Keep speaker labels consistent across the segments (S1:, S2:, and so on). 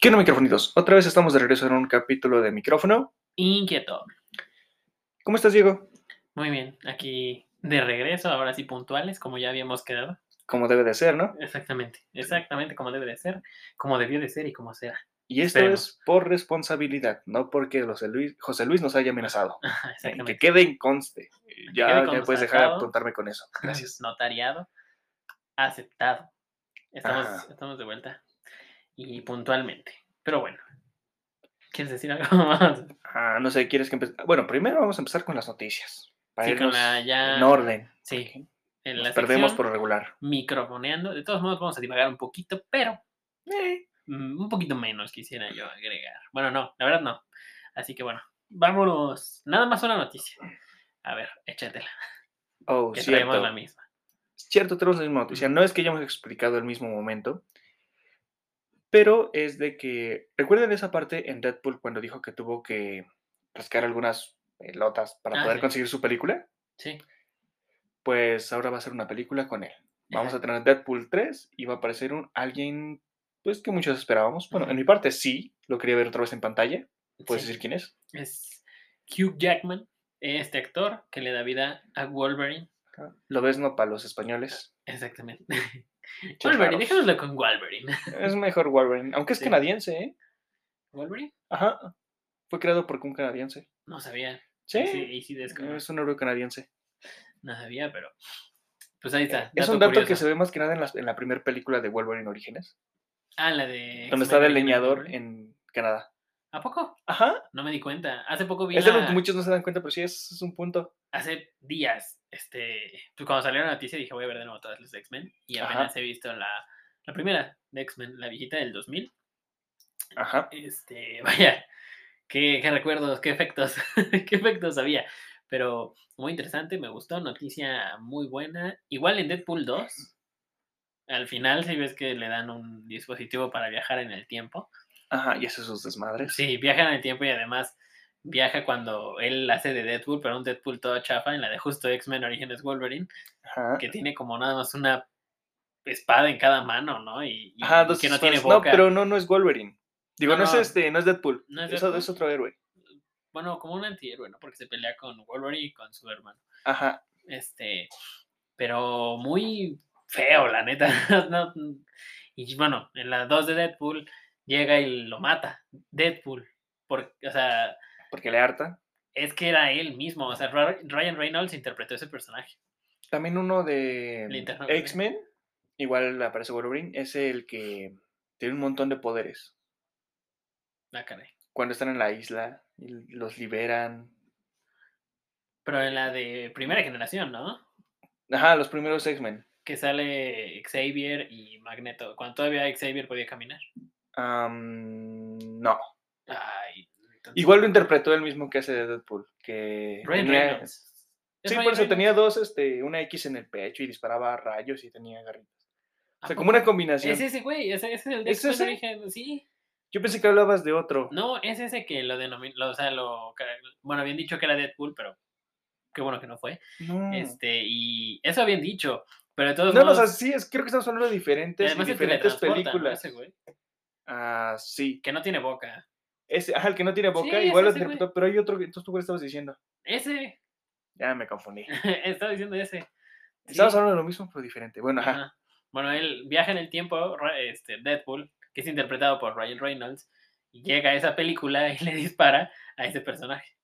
S1: ¿Qué onda, microfonitos? Otra vez estamos de regreso en un capítulo de micrófono.
S2: Inquieto.
S1: ¿Cómo estás, Diego?
S2: Muy bien, aquí de regreso, ahora sí puntuales, como ya habíamos quedado.
S1: Como debe de ser, ¿no?
S2: Exactamente, exactamente como debe de ser, como debió de ser y como será.
S1: Y esto
S2: Esperemos.
S1: es por responsabilidad, no porque José Luis, José Luis nos haya amenazado. Que
S2: Exactamente.
S1: quede en conste. Ya,
S2: quede
S1: ya puedes dejar de
S2: constatado.
S1: apuntarme con eso. Gracias.
S2: Notariado, aceptado. Estamos,
S1: Ajá.
S2: estamos de vuelta y puntualmente. Pero bueno, ¿quieres decir algo más?
S1: Ah, no sé, ¿quieres que empe- Bueno, primero vamos a empezar con las noticias. Para
S2: Sí, con
S1: irnos
S2: la ya-
S1: en orden.
S2: Sí, en
S1: Nos
S2: la
S1: perdemos
S2: sección,
S1: por regular.
S2: microfoneando. De todos modos, vamos a divagar un poquito, pero
S1: Eh,
S2: mm, un poquito menos quisiera yo agregar. Bueno, no, la verdad no. Así que bueno, vámonos. Nada más una noticia. A ver, échatela.
S1: Oh,
S2: Que
S1: cierto.
S2: traemos la misma.
S1: Cierto, tenemos la misma noticia. No es que hayamos explicado el mismo momento, pero es de que. ¿Recuerdan esa parte en Deadpool cuando dijo que tuvo que rascar algunas pelotas para
S2: Ah,
S1: poder
S2: sí.
S1: conseguir su película?
S2: Sí.
S1: Pues ahora va a ser una película con él. Vamos
S2: ajá,
S1: a tener Deadpool 3 y va a aparecer un alguien, pues que muchos esperábamos. Bueno, en
S2: Ujú.
S1: mi parte sí, lo quería ver otra vez en pantalla. ¿Puedes
S2: sí.
S1: decir quién es?
S2: Es Hugh Jackman, este actor que le da vida a Wolverine.
S1: Lo ves, no para los españoles.
S2: Exactamente. Wolverine,
S1: raros.
S2: dejémoslo con Wolverine.
S1: Es mejor Wolverine, aunque es
S2: Sí.
S1: canadiense, ¿eh?
S2: ¿Wolverine?
S1: Ajá. Fue creado por un canadiense.
S2: No sabía.
S1: Sí.
S2: Sí, y sí desconozco.
S1: Es un euro canadiense.
S2: No sabía, pero. Pues ahí está.
S1: Es un dato que
S2: curioso.
S1: se ve más que nada en la, en la primera película de Wolverine Orígenes,
S2: Ah, la
S1: donde
S2: de. X-Men
S1: está el
S2: Original
S1: leñador
S2: Wolverine.
S1: en Canadá.
S2: ¿A poco?
S1: Ajá.
S2: No me di cuenta. Hace poco vi.
S1: Es algo
S2: la-
S1: que muchos no se dan cuenta, pero sí es, es un punto.
S2: hace días, este, pues cuando salió la noticia dije voy a ver de nuevo todas las X-Men y
S1: Ajá.
S2: apenas he visto la, la primera de X-Men, la viejita del 2000.
S1: Ajá.
S2: Este, vaya, qué, qué recuerdos, qué efectos, qué efectos había. Pero muy interesante, me gustó, noticia muy buena. Igual en Deadpool 2, al final si ves que le dan un dispositivo para viajar en el tiempo.
S1: Ajá. Y hace sus desmadres.
S2: Sí, viaja en el tiempo y además viaja cuando él hace de Deadpool, pero un Deadpool todo chafa en la de justo X-Men Orígenes Wolverine
S1: Ajá.
S2: que tiene como nada más una espada en cada mano, ¿no? Y, y-
S1: Ajá,
S2: y
S1: dos
S2: que no tiene
S1: espadas.
S2: boca.
S1: pero no, no es Wolverine. Digo,
S2: No,
S1: no, es
S2: no.
S1: este, no es Deadpool.
S2: ¿No es
S1: Eso-
S2: Deadpool?
S1: es otro héroe.
S2: Bueno, como un antihéroe, ¿no? Porque se pelea con Wolverine y con su hermano.
S1: Ajá.
S2: Este, pero muy feo, la neta. No, y bueno, en la 2 de Deadpool llega y lo mata. Deadpool. Porque, o sea,
S1: Porque le harta.
S2: es que era él mismo. O sea, Ra- Ryan Reynolds interpretó ese personaje.
S1: También uno de
S2: Linterna Verde.
S1: X-Men, igual aparece Wolverine, es el que tiene un montón de poderes.
S2: La Ah, caray.
S1: Cuando están en la isla, y los liberan.
S2: Pero en la de primera generación, ¿no?
S1: Ajá, los primeros X-Men.
S2: que sale Xavier y Magneto, cuando todavía Xavier podía caminar.
S1: Am, no.
S2: Ay, entonces-
S1: Igual lo interpretó el mismo que hace de Deadpool. Que
S2: Ryan
S1: tenía-
S2: Reynolds. ¿Es
S1: Sí,
S2: Ryan
S1: por eso
S2: Reynolds?
S1: tenía dos, este, una X en el pecho y disparaba rayos y tenía garritas. O
S2: ¿A
S1: sea,
S2: poco?
S1: como una combinación.
S2: Es ese güey, ese, ese es el de
S1: ¿Es
S2: X-Men
S1: ese?
S2: origen, sí.
S1: Yo pensé que hablabas de otro.
S2: No, es ese que lo denominó, o sea, lo, ca- bueno, habían dicho que era Deadpool, pero qué bueno que no fue.
S1: No.
S2: Este, y eso habían dicho, pero de todos
S1: Mm. No, no, o
S2: modos,
S1: sea, sí, es, creo que estamos hablando de diferentes,
S2: además se
S1: diferentes
S2: teletransporta, ¿no?
S1: películas.
S2: Ese güey,
S1: Ah, sí.
S2: que no tiene boca.
S1: Ese, ajá, el que no tiene boca,
S2: Sí,
S1: igual
S2: es
S1: lo
S2: ese güey.
S1: interpretó, pero hay otro que entonces tú cuál estabas diciendo.
S2: Ese,
S1: Ya me confundí.
S2: estaba diciendo ese. Sí.
S1: Estamos hablando de lo mismo, pero diferente. Bueno, ajá.
S2: Ajá. Bueno, él viaja en el tiempo, Ra- este, Deadpool, que es interpretado por Ryan Reynolds, y llega a esa película y le dispara a ese personaje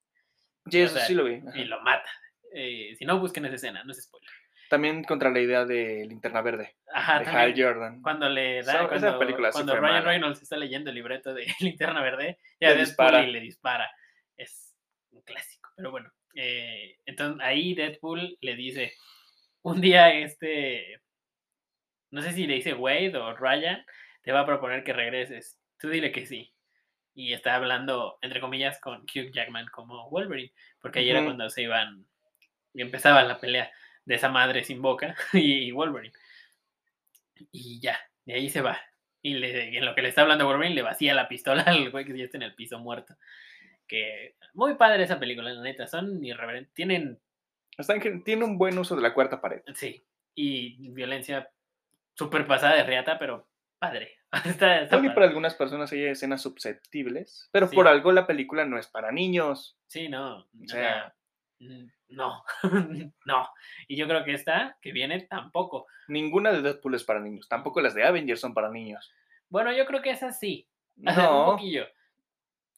S1: Sí,
S2: o
S1: eso
S2: sea,
S1: sí lo vi. ajá.
S2: y lo mata. Eh, si no, busquen esa escena, no es spoiler.
S1: También contra la idea de Linterna Verde,
S2: Ajá,
S1: de
S2: Ah, también,
S1: Hal Jordan.
S2: cuando le da,
S1: Esa- esa
S2: cuando,
S1: película sí
S2: cuando
S1: fue
S2: Ryan
S1: mala.
S2: Reynolds está leyendo el libreto de Linterna Verde, ya
S1: Le
S2: Deadpool
S1: dispara.
S2: y le dispara. Es un clásico, pero bueno. eh, entonces ahí Deadpool le dice, un día este, no sé si le dice Wade o Ryan, te va a proponer que regreses. Tú dile que sí. Y está hablando, entre comillas, con Hugh Jackman como Wolverine, porque ahí era
S1: Ujú.
S2: cuando se iban y empezaba la pelea de esa madre sin boca y Wolverine. Y ya, de ahí se va. Y le- en lo que le está hablando Wolverine le vacía la pistola al güey que ya está en el piso muerto. Que muy padre esa película, la neta. Son irreverentes. Tienen,
S1: Están gen- tiene un buen uso de la cuarta pared.
S2: sí, y violencia súper pasada de reata, pero padre. Está- está
S1: Tal vez
S2: padre.
S1: para algunas personas hay escenas susceptibles, pero
S2: Sí.
S1: por algo la película no es para niños.
S2: Sí, no. O sea,
S1: sea-
S2: mm, no. no. Y yo creo que esta que viene tampoco.
S1: Ninguna de Deadpool es para niños. Tampoco las de Avengers son para niños.
S2: Bueno, yo creo que esa sí. O sea, Un
S1: No.
S2: poquillo.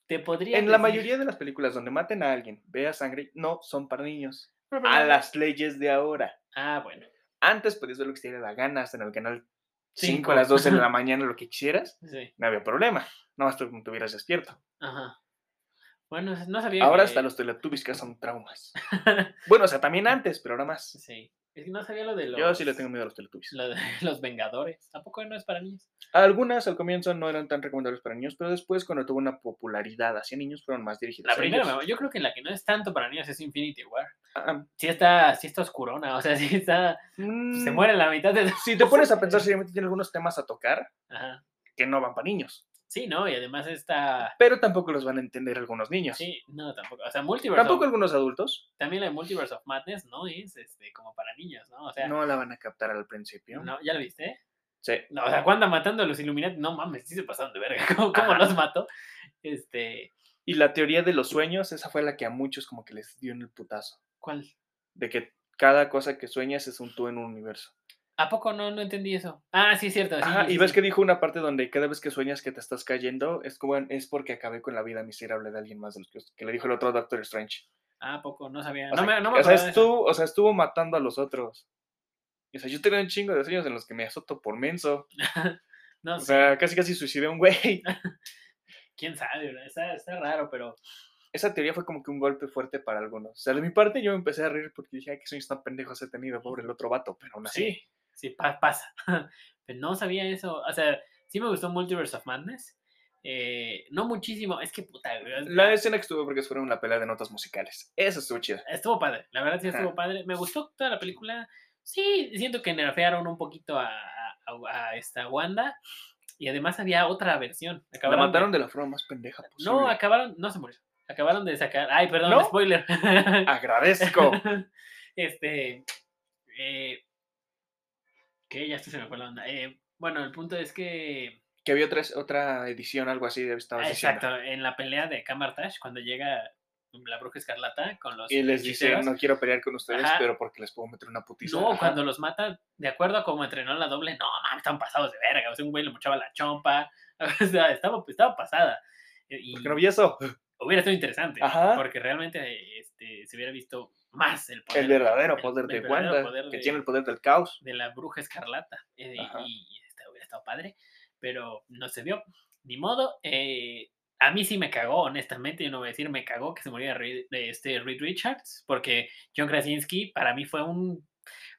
S2: Te podría.
S1: En la
S2: decir-
S1: mayoría de las películas donde maten a alguien, vea sangre, no son para niños.
S2: Pero, pero,
S1: A
S2: pero-
S1: las leyes de ahora.
S2: Ah, bueno.
S1: Antes podías ver lo que te diera la gana, hasta en el canal 5
S2: Cinco.
S1: a las 12 de la mañana, lo que quisieras.
S2: Sí.
S1: No había problema. No más tú estuvieras despierto.
S2: Ajá. Bueno, no sabía.
S1: Ahora
S2: que-
S1: hasta los teletubbies que son traumas. Bueno, o sea, también antes, pero ahora más.
S2: Sí. Es que no sabía lo de los.
S1: Yo sí le tengo miedo a los teletubbies.
S2: lo de los Vengadores. Tampoco no es para niños.
S1: Algunas al comienzo no eran tan recomendables para niños, pero después cuando tuvo una popularidad hacia niños fueron más dirigidas.
S2: La
S1: a
S2: primera,
S1: ellos.
S2: me- yo creo que la que no es tanto para niños es Infinity War.
S1: Ah,
S2: Sí está, sí está oscurona, o sea, sí está. Se
S1: mm,
S2: muere la mitad de.
S1: Si te pones a pensar, seriamente tiene algunos temas a tocar
S2: Ajá.
S1: que no van para niños,
S2: Sí, no, y además está.
S1: pero tampoco los van a entender algunos niños.
S2: Sí, no, tampoco. O sea, Multiverse.
S1: Tampoco
S2: of-
S1: algunos adultos
S2: También la de Multiverse of Madness no es este, como para niños, ¿no? O sea, no.
S1: no la van a captar al principio.
S2: ¿ya lo viste?
S1: Sí.
S2: No, o sea, Wanda matando a los Illuminati, no mames, sí se pasaron de verga. ¿Cómo, cómo
S1: Ajá.
S2: los mató? Este.
S1: Y la teoría de los sueños, esa fue la que a muchos como que les dio en el putazo.
S2: ¿Cuál?
S1: De que cada cosa que sueñas es un tú en un universo.
S2: ¿A poco no, no entendí eso? Ah, sí, es cierto. sí,
S1: Ajá,
S2: sí,
S1: y ves
S2: sí.
S1: que dijo una parte donde cada vez que sueñas que te estás cayendo es como es porque acabé con la vida miserable de alguien más de los que, que le dijo el otro Doctor Strange.
S2: Ah, ¿a poco, no sabía.
S1: O
S2: No
S1: sea,
S2: me, no me
S1: o sea,
S2: acordaba de eso.
S1: estuvo, o sea, estuvo matando a los otros. O sea, yo tenía un chingo de sueños en los que me azoto por menso.
S2: No
S1: O
S2: sé,
S1: sea, casi casi suicidé a un güey.
S2: quién sabe, ¿verdad? está, está raro, pero.
S1: Esa teoría fue como que un golpe fuerte para algunos. O sea, de mi parte yo me empecé a reír porque dije, ay, qué sueños tan pendejos he tenido, pobre el otro vato. Pero aún así,
S2: Sí, sí, pa- pasa. Pero no sabía eso. O sea, sí me gustó Multiverse of Madness. eh, no muchísimo, es que puta. güey,
S1: la escena que estuvo porque fueron la pelea de notas musicales. Eso estuvo chida.
S2: Estuvo padre, la verdad sí
S1: Ajá.
S2: estuvo padre. Me gustó toda la película. Sí, siento que nerfearon un poquito a, a- a- a esta Wanda. Y además había otra versión.
S1: La
S2: Acabaron
S1: mataron de la forma más pendeja
S2: de-
S1: posible.
S2: No, acabaron, no se murió. Acabaron de sacar. Ay, perdón,
S1: ¿No? Ah,
S2: spoiler.
S1: Agradezco.
S2: este. eh, que ya se me fue la onda. Eh, bueno, el punto es que.
S1: que había otra, otra edición, algo así, de estabas
S2: Ah,
S1: diciendo.
S2: exacto, en la pelea de Camartash, cuando llega la bruja escarlata con los.
S1: Y les dice,
S2: hechiceros.
S1: no quiero pelear con ustedes,
S2: Ajá.
S1: pero porque les puedo meter una putiza.
S2: No,
S1: Ajá.
S2: cuando los mata, de acuerdo a cómo entrenó la doble, no, mames, están pasados de verga. O sea, un güey le mochaba la chompa. O sea, estaba, estaba pasada. E, Y
S1: ¿Por qué no vi eso?
S2: hubiera sido interesante.
S1: Ajá.
S2: Porque realmente este, se hubiera visto más el poder.
S1: El verdadero
S2: el-
S1: poder
S2: el
S1: de
S2: verdadero
S1: Wanda,
S2: poder
S1: que
S2: de-
S1: tiene el poder del caos.
S2: de la bruja escarlata. eh,
S1: Ajá.
S2: y y esta hubiera estado padre, pero no se vio. Ni modo. eh, a mí sí me cagó, honestamente. Yo no voy a decir me cagó que se muriera Reed, eh, este Reed Richards, porque John Krasinski para mí fue un.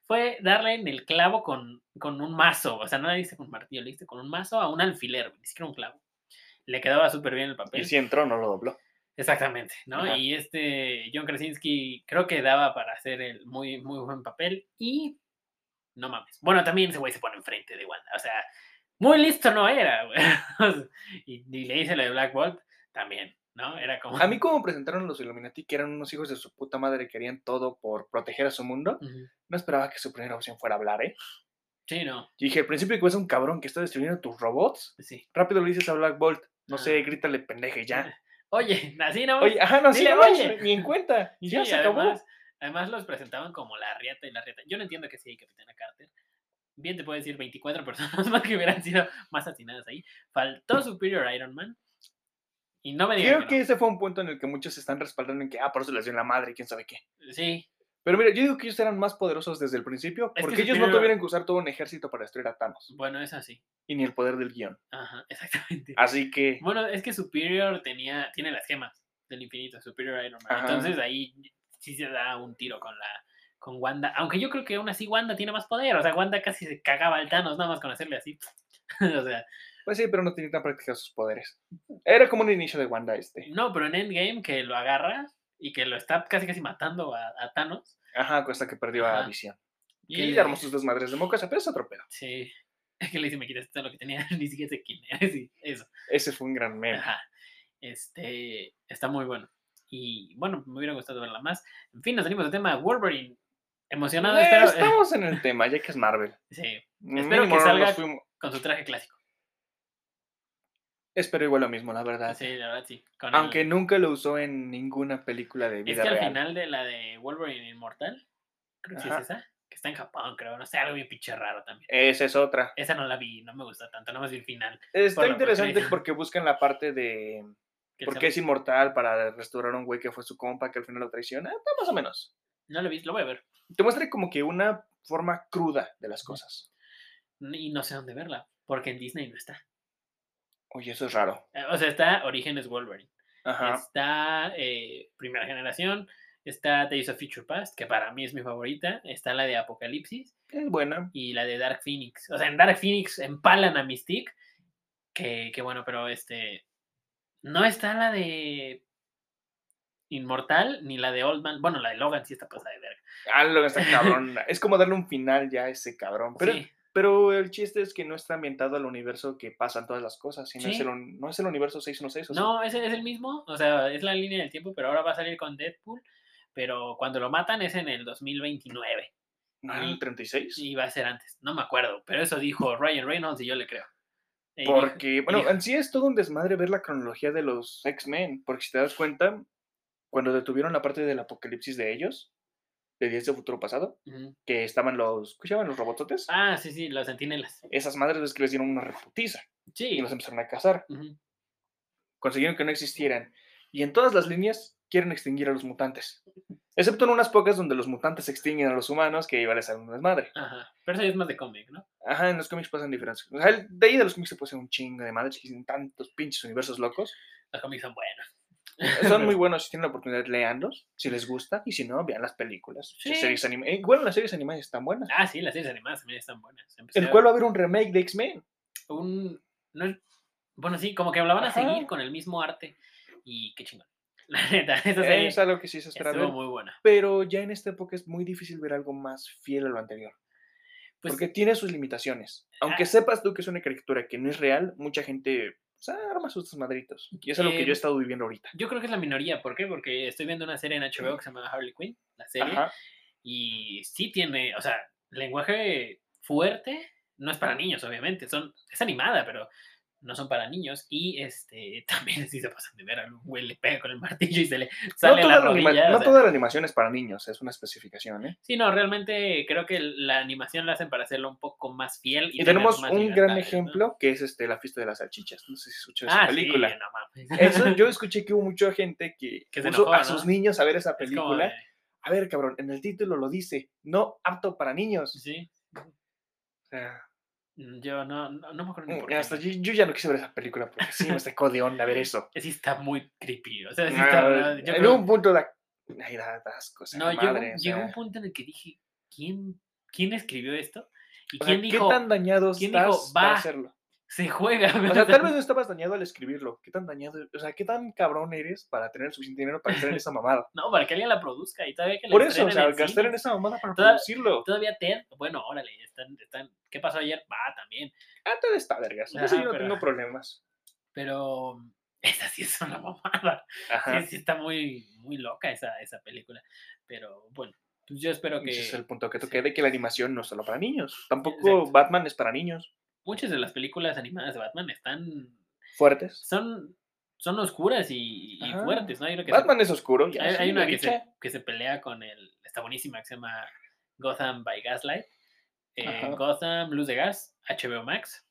S2: Fue darle en el clavo con, con un mazo. O sea, no le diste con martillo, le diste con un mazo a un alfiler, güey, ni siquiera un clavo. Le quedaba súper bien el papel.
S1: Y si entró, no lo dobló.
S2: Exactamente, ¿no?
S1: Ajá.
S2: Y este John Krasinski creo que daba para hacer el muy, muy buen papel y no mames. Bueno, también ese güey se pone enfrente de Wanda, o sea, muy listo no era, güey. O sea, y, y le hice lo de Black Bolt también, ¿no? Era como...
S1: A mí como presentaron los Illuminati, que eran unos hijos de su puta madre que harían todo por proteger a su mundo,
S2: Ujú.
S1: no esperaba que su primera opción fuera hablar, ¿eh?
S2: Sí, no, pues
S1: Y dije, al principio que ves a un cabrón que está destruyendo tus robots,
S2: sí.
S1: rápido le dices a Black Bolt, no
S2: Ah.
S1: sé, grítale pendeja y ya.
S2: Oye, así no...
S1: Oye, ajá, no, sí,
S2: Dile,
S1: no,
S2: oye.
S1: ni en cuenta. Y ya
S2: Sí,
S1: se acabó.
S2: Además, además los presentaban como la riata y la riata. Yo no entiendo que sí, Capitana Carter. Bien te puedo decir 24 personas más que hubieran sido más atinadas ahí. Faltó Superior Iron Man. Y no me digan
S1: Creo
S2: que
S1: que
S2: no.
S1: ese fue un punto en el que muchos se están respaldando en que, ah, por eso les dio en la madre y quién sabe qué.
S2: Sí,
S1: Pero mira, yo digo que ellos eran más poderosos desde el principio,
S2: que
S1: porque
S2: se
S1: ellos no
S2: tuvieron-
S1: tuvieron que usar todo un ejército para destruir a Thanos,
S2: bueno, es así.
S1: y ni el poder del guión.
S2: Ajá, exactamente.
S1: Así que,
S2: Bueno, es que Superior tenía, tiene las gemas del infinito, Superior Iron Man.
S1: Ajá.
S2: Entonces ahí sí se da un tiro con la con Wanda. Aunque yo creo que aún así Wanda tiene más poder. O sea, Wanda casi se cagaba al Thanos nada más con hacerle así. o sea,
S1: pues sí, pero no tenían tan practicados sus poderes. Era como un inicio de Wanda este.
S2: No, pero en Endgame que lo agarra y que lo está casi casi matando a, a Thanos.
S1: Ajá, hasta que perdió
S2: Ajá.
S1: a Visión.
S2: que
S1: Y
S2: le-
S1: armó sus desmadres de mocas, pero es otro pedo.
S2: Sí. Que le dice, me quitas todo lo que tenía, ni siquiera sé quién eres", y eso.
S1: Ese fue un gran meme.
S2: Ajá. Este, está muy bueno. Y bueno, me hubiera gustado verla más. En fin, nos salimos del tema. Wolverine. Emocionado,
S1: Eh,
S2: espero.
S1: Estamos en el tema, ya que es Marvel.
S2: Sí,
S1: Mínimo
S2: que
S1: no nos
S2: salga-
S1: fuimos-
S2: con su traje clásico.
S1: Espero igual lo mismo, la verdad.
S2: Sí, la verdad sí. Con el-
S1: Ah, Aunque nunca lo usó en ninguna película de
S2: Es
S1: vida
S2: que al
S1: real.
S2: final de la de Wolverine Inmortal, creo que sí
S1: Ajá.
S2: es esa, que está en Japón, creo, no sé, algo bien pinche raro también.
S1: Esa es otra.
S2: Esa no la vi, no me gusta tanto, nada más vi el final.
S1: Está
S2: Por lo
S1: interesante
S2: menos.
S1: porque buscan la parte de
S2: pues que
S1: por
S2: se-
S1: qué es inmortal para restaurar a un güey que fue su compa que al final lo traiciona. Está más o menos.
S2: No lo vi, lo voy a ver.
S1: Te muestra como que una forma cruda de las cosas.
S2: Y no sé dónde verla, porque en Disney no está.
S1: Oye, eso es raro.
S2: Eh, O sea, está Orígenes Wolverine.
S1: Ajá.
S2: Está eh, Primera Generación. Está Days of Future Past, que para mí es mi favorita. Está la de Apocalipsis
S1: Es buena.
S2: y la de Dark Phoenix. O sea, en Dark Phoenix empalan a Mystique. Que, que bueno, pero este. No está la de Inmortal ni la de Old Man. Bueno, la de Logan sí está pasada de verga.
S1: Ah, lo que está cabrón. es como darle un final ya a ese cabrón. Pero,
S2: Sí,
S1: pero el chiste es que no está ambientado al universo que pasan todas las cosas. Sino es
S2: Sí.
S1: el, un- no es el universo 616. ¿o sí?
S2: No, es, es el mismo, o sea, es la línea del tiempo, pero ahora va a salir con Deadpool. Pero cuando lo matan es en el 2029
S1: ¿No era el 36?
S2: y va a ser antes, no me acuerdo, pero eso dijo Ryan Reynolds y yo le creo. Eh, dijo-
S1: Porque, bueno,
S2: dijo-
S1: en sí es todo un desmadre ver la cronología de los X-Men, porque si te das cuenta, cuando detuvieron la parte del apocalipsis de ellos, de Días de Futuro Pasado,
S2: Ujú.
S1: que estaban los, ¿cómo se llaman? Los robototes.
S2: Ah, sí, sí, los sentinelas.
S1: Esas madres ves que les dieron una reputiza y
S2: Sí.
S1: los empezaron a cazar.
S2: ujú.
S1: Consiguieron que no existieran. Y en todas las líneas quieren extinguir a los mutantes. Excepto en unas pocas donde los mutantes extinguen a los humanos, que iba a ser un desmadre.
S2: Ajá. Pero eso ya es más de cómic, ¿no?
S1: Ajá, en los cómics pasan diferentes. O sea, el- de ahí de los cómics se puede hacer un chingo de madres, que hicieron tantos pinches universos locos.
S2: Los cómics son buenos.
S1: Son muy buenos, si tienen la oportunidad, leanlos, si les gusta, y si no, vean las películas. las
S2: Sí.
S1: series anima- eh, bueno, las series animadas están buenas.
S2: Ah, sí, las series animadas también están buenas. Empecé
S1: El
S2: a-
S1: cual va a haber un remake de X-Men.
S2: un- no es- bueno, sí, como que la van a
S1: Ajá.
S2: seguir con el mismo arte y qué chingón. La neta,
S1: Eh,
S2: esa serie
S1: Es algo que sí se espera
S2: estuvo
S1: ver,
S2: muy buena.
S1: Pero ya en esta época es muy difícil ver algo más fiel a lo anterior.
S2: Pues Ah.
S1: porque tiene sus limitaciones. Aunque sepas tú que es una caricatura que no es real, mucha gente pues, arma sus madritos. Y es algo que yo he
S2: Em,
S1: estado viviendo ahorita.
S2: Yo creo que es la minoría, ¿por qué? Porque estoy viendo una serie en HBO que se llama Harley Quinn, la serie,
S1: Ajá.
S2: y sí tiene, o sea, lenguaje fuerte, no es para niños, obviamente, son, es animada, pero no son para niños, y este, también sí se pasan de ver, a un güey le pega con el martillo y se le
S1: No,
S2: sale
S1: toda,
S2: la
S1: la anima-
S2: rodilla. o
S1: no
S2: sea,
S1: toda la animación es para niños, es una especificación. ¿eh?
S2: Sí, no, realmente creo que la animación la hacen para hacerlo un poco más fiel.
S1: Y,
S2: tener
S1: tenemos
S2: más
S1: un gran
S2: libertades, ¿no?
S1: ejemplo que es este, La Fiesta de las Salchichas. No sé si escuchó esa
S2: Ah,
S1: película.
S2: sí, no mames.
S1: Eso yo escuché que hubo mucha gente que,
S2: Que se
S1: puso
S2: enojó,
S1: a
S2: ¿no?
S1: sus niños a ver esa
S2: Es como
S1: película.
S2: de-
S1: A ver, cabrón, en el título lo dice, no apto para niños.
S2: sí,
S1: O sea,
S2: yo no, no, no me acuerdo ni por
S1: mm,
S2: qué.
S1: hasta yo, yo ya no quise ver esa película porque sí me sacó de onda ver eso.
S2: sí está muy creepy. O sea, sí está.
S1: Ah,
S2: verdad, yo
S1: en
S2: creo-
S1: un punto da, ay, da asco, o sea,
S2: no, llegó,
S1: madre, o
S2: llegó un
S1: sea,
S2: punto en el que dije, ¿quién, quién escribió esto? ¿Y
S1: o sea,
S2: quién dijo,
S1: ¿Qué tan dañado
S2: quién dijo,
S1: estás para
S2: "Va"?
S1: hacerlo?
S2: se juega?
S1: O sea, tal vez no estabas dañado al escribirlo. ¿Qué tan dañado? O sea, ¿qué tan cabrón eres para tener suficiente dinero para estar en esa mamada?
S2: No, para que alguien la produzca y todavía que la
S1: Por eso, o
S2: estrenen
S1: sea,
S2: en
S1: gastar en
S2: cines.
S1: esa mamada para
S2: Toda-
S1: producirlo.
S2: Todavía Ted, bueno, órale, están, están, ¿qué pasó ayer? Va, también.
S1: Antes de esta vergas. Eso
S2: Ajá,
S1: yo no
S2: pero-
S1: tengo problemas.
S2: Pero mm, esa sí es una mamada.
S1: Ajá.
S2: Sí, sí está muy, muy loca esa, esa película. Pero bueno, pues yo espero que
S1: Ese es el punto que
S2: sí.
S1: toqué de que la animación no es solo para niños. Tampoco
S2: Exacto.
S1: Batman es para niños
S2: muchas de las películas animadas de Batman están
S1: fuertes.
S2: son, son oscuras y, y
S1: Ajá.
S2: fuertes, ¿no? Hay una que,
S1: Batman es oscuro.
S2: se,
S1: Ya,
S2: hay,
S1: sí,
S2: hay
S1: lo
S2: una que, se,
S1: dije.
S2: que se pelea con el. Está buenísima, que se llama Gotham by Gaslight. Eh,
S1: Ajá.
S2: Gotham, Luz de Gas, HBO Max.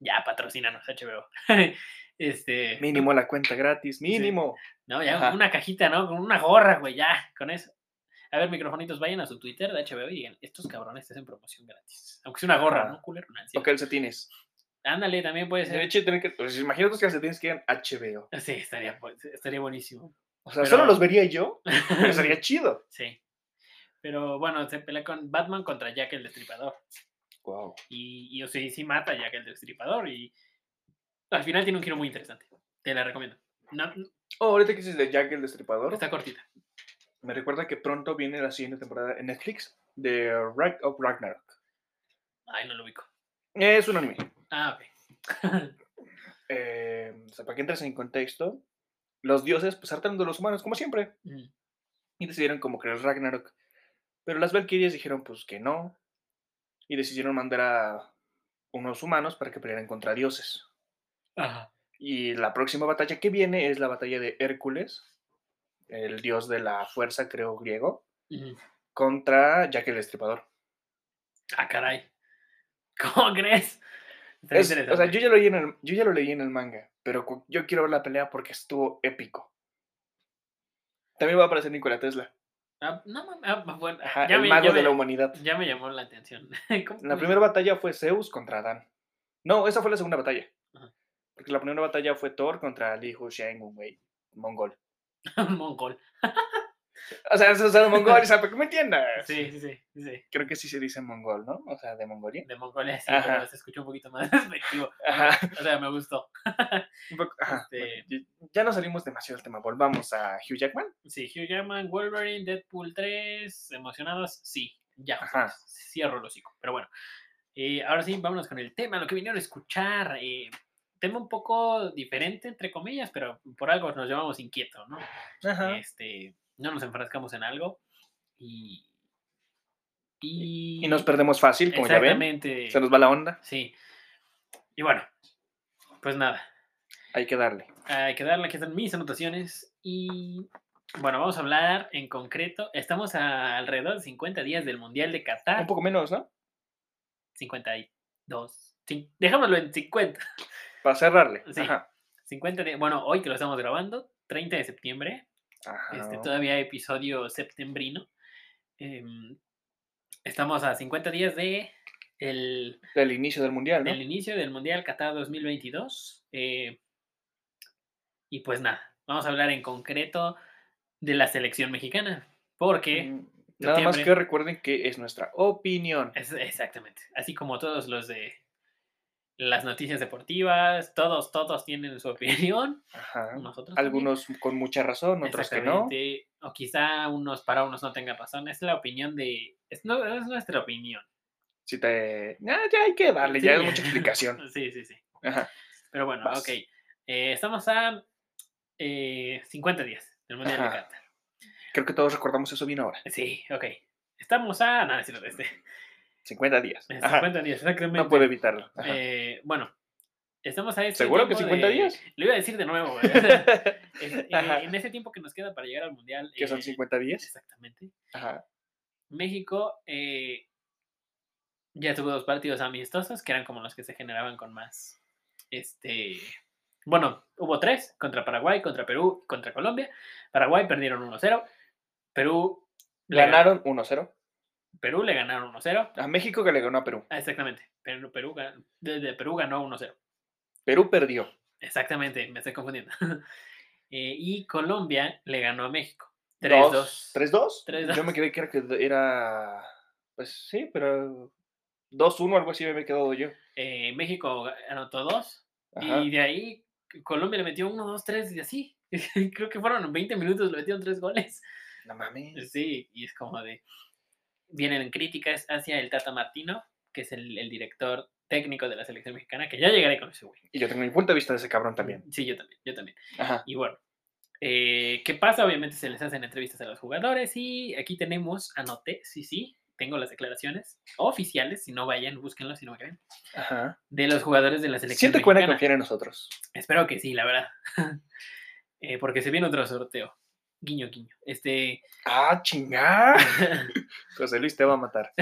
S2: Ya, patrocínanos, HBO. este.
S1: Mínimo la cuenta gratis, mínimo.
S2: No, ya,
S1: Ajá.
S2: una cajita, ¿no? Con una gorra, güey, ya, con eso. A ver, microfonitos, vayan a su Twitter de HBO y digan, estos cabrones te hacen promoción gratis. Aunque sea una gorra,
S1: Ajá.
S2: ¿no? Culero, una
S1: O calcetines.
S2: Ándale, también puede
S1: De
S2: ser.
S1: hecho, tener que, pues, imagínate los calcetines que eran HBO.
S2: Sí, estaría, bu- estaría buenísimo.
S1: O sea,
S2: Pero-
S1: solo los vería yo. pero Sería chido.
S2: Sí. Pero bueno, se pelea con Batman contra Jack el Destripador.
S1: Wow.
S2: Y, y, o sea, sí mata a Jack el Destripador. Y al final tiene un giro muy interesante. Te la recomiendo. No, no,
S1: Oh, ahorita que dices de Jack el Destripador,
S2: está cortita.
S1: me recuerda que pronto viene la siguiente temporada en Netflix de Rack of Ragnarok.
S2: Ay, no lo ubico.
S1: Es un anime.
S2: Ah, ok.
S1: Eh, o sea, para que entres en contexto, los dioses pues hartan de los humanos, como siempre.
S2: Mm,
S1: y decidieron como crear Ragnarok. Pero las Valkyrias dijeron pues que no y decidieron mandar a unos humanos para que pelearan contra dioses.
S2: Ajá.
S1: Y la próxima batalla que viene es la batalla de Hércules, el dios de la fuerza, creo, griego,
S2: Ujú.
S1: contra Jack el Destripador.
S2: Ah, caray. ¿Cómo crees? Está
S1: Es- o sea,
S2: interesante.
S1: yo ya, lo leí en el, yo ya lo leí en el manga, pero cu- yo quiero ver la pelea porque estuvo épico. También va a aparecer Nikola Tesla,
S2: Ah, no mames, ah, bueno,
S1: ajá,
S2: ya
S1: el
S2: me-
S1: mago
S2: ya
S1: de la
S2: me-
S1: humanidad.
S2: Ya me llamó la atención. ¿Cómo
S1: La
S2: se
S1: primera
S2: llama?
S1: batalla fue Zeus contra Adán. No, esa fue la segunda batalla.
S2: Ajá.
S1: Porque la primera batalla fue Thor contra Li Hu Sheng, un güey mongol.
S2: Mongol.
S1: O sea, eso es de mongol, o sea, para que me entiendas.
S2: Sí, sí, sí, sí.
S1: Creo que sí se dice mongol, ¿no? O sea, de Mongolia.
S2: De Mongolia, sí,
S1: Ajá.
S2: pero se escuchó un poquito más despectivo.
S1: Ajá.
S2: O sea, me gustó.
S1: un poco- ajá, Ah, bueno,
S2: Este-
S1: ya- ya no salimos demasiado del tema. Volvamos a Hugh Jackman.
S2: Sí, Hugh Jackman, Wolverine, Deadpool 3, emocionados, sí, ya.
S1: Ajá.
S2: Cierro el hocico. Pero bueno, eh, ahora sí, vámonos con el tema, lo que vinieron a escuchar. eh, tema un poco diferente, entre comillas, pero por algo nos llamamos inquieto, ¿no?
S1: Ajá.
S2: Este, no nos enfrascamos en algo y... Y,
S1: Y nos perdemos fácil, como ya ven.
S2: Exactamente.
S1: Se nos va la onda.
S2: Sí. Y bueno, pues nada,
S1: Hay que darle.
S2: hay que darle aquí están mis anotaciones y bueno, vamos a hablar en concreto. Estamos a alrededor de 50 días del Mundial de Qatar.
S1: Un poco menos, ¿no?
S2: 52. Sí, dejámoslo en 50.
S1: Para cerrarle.
S2: Sí.
S1: Ajá.
S2: 50 de- bueno, hoy que lo estamos grabando, 30 de septiembre,
S1: Ajá.
S2: este, todavía episodio septembrino. em, estamos a 50 días de el
S1: Del inicio del mundial, ¿no?
S2: del inicio del Mundial Qatar 2022. eh, y pues nada, vamos a hablar en concreto de la selección mexicana, porque
S1: Mm, Nada más
S2: septiembre. Eh,
S1: que recuerden que es nuestra opinión.
S2: es exactamente, así como todos los de las noticias deportivas, todos, todos tienen su opinión.
S1: Ajá.
S2: Nosotros también,
S1: Ah, Algunos con mucha razón, otros que no.
S2: exactamente, O quizá unos para unos no tenga razón. Es la opinión de. Es, no, es nuestra opinión.
S1: Si te... Ah, ya hay que darle, ya
S2: Sí.
S1: es mucha explicación.
S2: sí, sí, sí.
S1: Ajá.
S2: Pero bueno,
S1: Vas.
S2: ok. Eh, estamos a eh, 50 días del Mundial de
S1: Ajá.
S2: Qatar.
S1: Creo que todos recordamos eso bien ahora.
S2: Sí, ok. Estamos a. Nada, sí, este.
S1: 50 días.
S2: eh,
S1: Ajá.
S2: 50 días, exactamente.
S1: No puedo evitarlo. Ajá.
S2: Eh, bueno, estamos a este.
S1: ¿Seguro que
S2: tiempo
S1: 50
S2: de-
S1: días?
S2: Lo iba a decir de nuevo, güey. o sea, en-
S1: Ajá.
S2: eh, en ese tiempo que nos queda para llegar al Mundial.
S1: que son
S2: eh,
S1: 50 días.
S2: Exactamente.
S1: Ajá.
S2: México eh, ya tuvo dos partidos amistosos que eran como los que se generaban con más. Este. Bueno, hubo tres: contra Paraguay, contra Perú, contra Colombia. Paraguay perdieron 1-0. Perú le gan-
S1: Ganaron 1-0.
S2: Perú le ganaron 1-0.
S1: A México que le ganó a Perú.
S2: Ah, Exactamente. Perú, Perú, gan- de- de Perú ganó 1-0.
S1: Perú perdió.
S2: Exactamente, me estoy confundiendo. Eh, y Colombia le ganó a México. 3-2.
S1: Dos- ¿3-2?
S2: 3-2.
S1: Yo me quedé que era, que era. Pues sí, pero. 2-1, algo así me había quedado yo.
S2: Eh, México anotó 2.
S1: Ajá.
S2: Y de ahí C- Colombia le metió 1, 2, 3 y así. Creo que fueron 20 minutos, le metieron 3 goles.
S1: No mames.
S2: Sí, y es como de... Vienen críticas hacia el Tata Martino, que es el, el director técnico de la selección mexicana, que ya llegaré con ese güey.
S1: Y yo tengo mi punto de vista de ese cabrón también.
S2: Sí, yo también, yo también.
S1: Ajá.
S2: Y bueno, eh, ¿qué pasa? Obviamente se les hacen entrevistas a los jugadores y aquí tenemos, anoté, sí, sí, tengo las declaraciones oficiales, si no vayan, búsquenlo si no me creen,
S1: Ajá.
S2: de los jugadores de la selección.
S1: Siento que van a
S2: mexicana.
S1: confiar en nosotros.
S2: Espero que sí, la verdad. Eh, porque se viene otro sorteo. Guiño, guiño. Este,
S1: ¡Ah, chingada! José Luis te va a matar.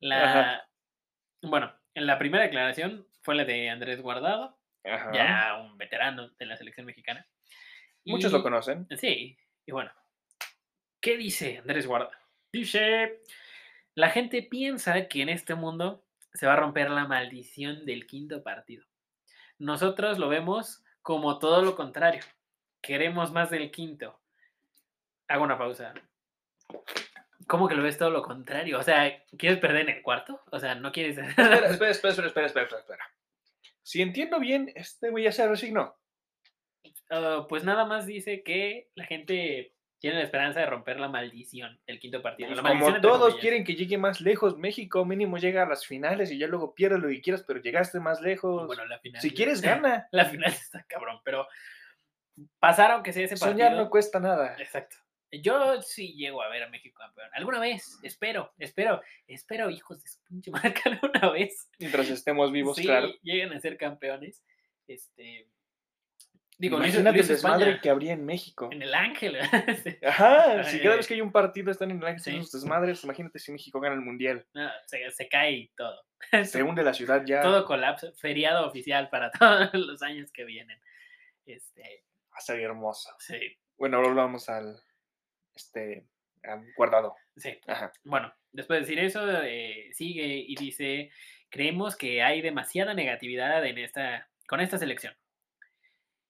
S2: la, bueno, en la primera declaración fue la de Andrés Guardado,
S1: Ajá.
S2: ya un veterano de la selección mexicana.
S1: Muchos lo
S2: Y-
S1: conocen.
S2: Sí, y bueno. ¿Qué dice Andrés Guarda? Dice, la gente piensa que en este mundo se va a romper la maldición del quinto partido. Nosotros lo vemos como todo lo contrario. Queremos más del quinto. Hago una pausa. ¿Cómo que lo ves todo lo contrario? O sea, ¿quieres perder en el cuarto? O sea, no quieres...
S1: Espera, espera, espera, espera, espera, espera, espera, espera. Si entiendo bien, este güey ya se resignó.
S2: Ah, pues nada más dice que la gente tiene la esperanza de romper la maldición del quinto partido.
S1: Pues
S2: la maldición
S1: como
S2: entre
S1: todos
S2: comillas.
S1: quieren que llegue más lejos, México mínimo llega a las finales y ya luego pierdes lo que quieras, pero llegaste más lejos.
S2: Bueno, este la final.
S1: Pues, si quieres, gana.
S2: La final está cabrón, pero pasaron que se ese partido.
S1: Soñar no cuesta nada.
S2: Exacto. Yo sí llego a ver a México campeón. Alguna vez, espero, espero, espero, hijos de su pinche marca, una vez.
S1: Mientras estemos vivos,
S2: sí,
S1: claro.
S2: lleguen a ser campeones. Este, Digo, lo hizo-
S1: Imagínate
S2: lo hizo
S1: el desmadre
S2: España
S1: que habría en México.
S2: en el Ángel. ¿verdad? Sí.
S1: Ajá,
S2: Ay,
S1: si
S2: ay,
S1: cada
S2: ay.
S1: vez que hay un partido están en el ángel haciendo
S2: Sí.
S1: sus desmadres, imagínate si México gana el mundial.
S2: No, se, se cae y todo.
S1: Se hunde la ciudad ya
S2: Ah, Todo colapso. Feriado oficial para todos los años que vienen. Este,
S1: va a ser Ah, hermoso.
S2: sí,
S1: Bueno, ahora volvamos al este al guardado.
S2: sí.
S1: Ajá.
S2: Bueno, después de decir eso, eh, sigue y dice, creemos que hay demasiada negatividad en esta, con esta selección.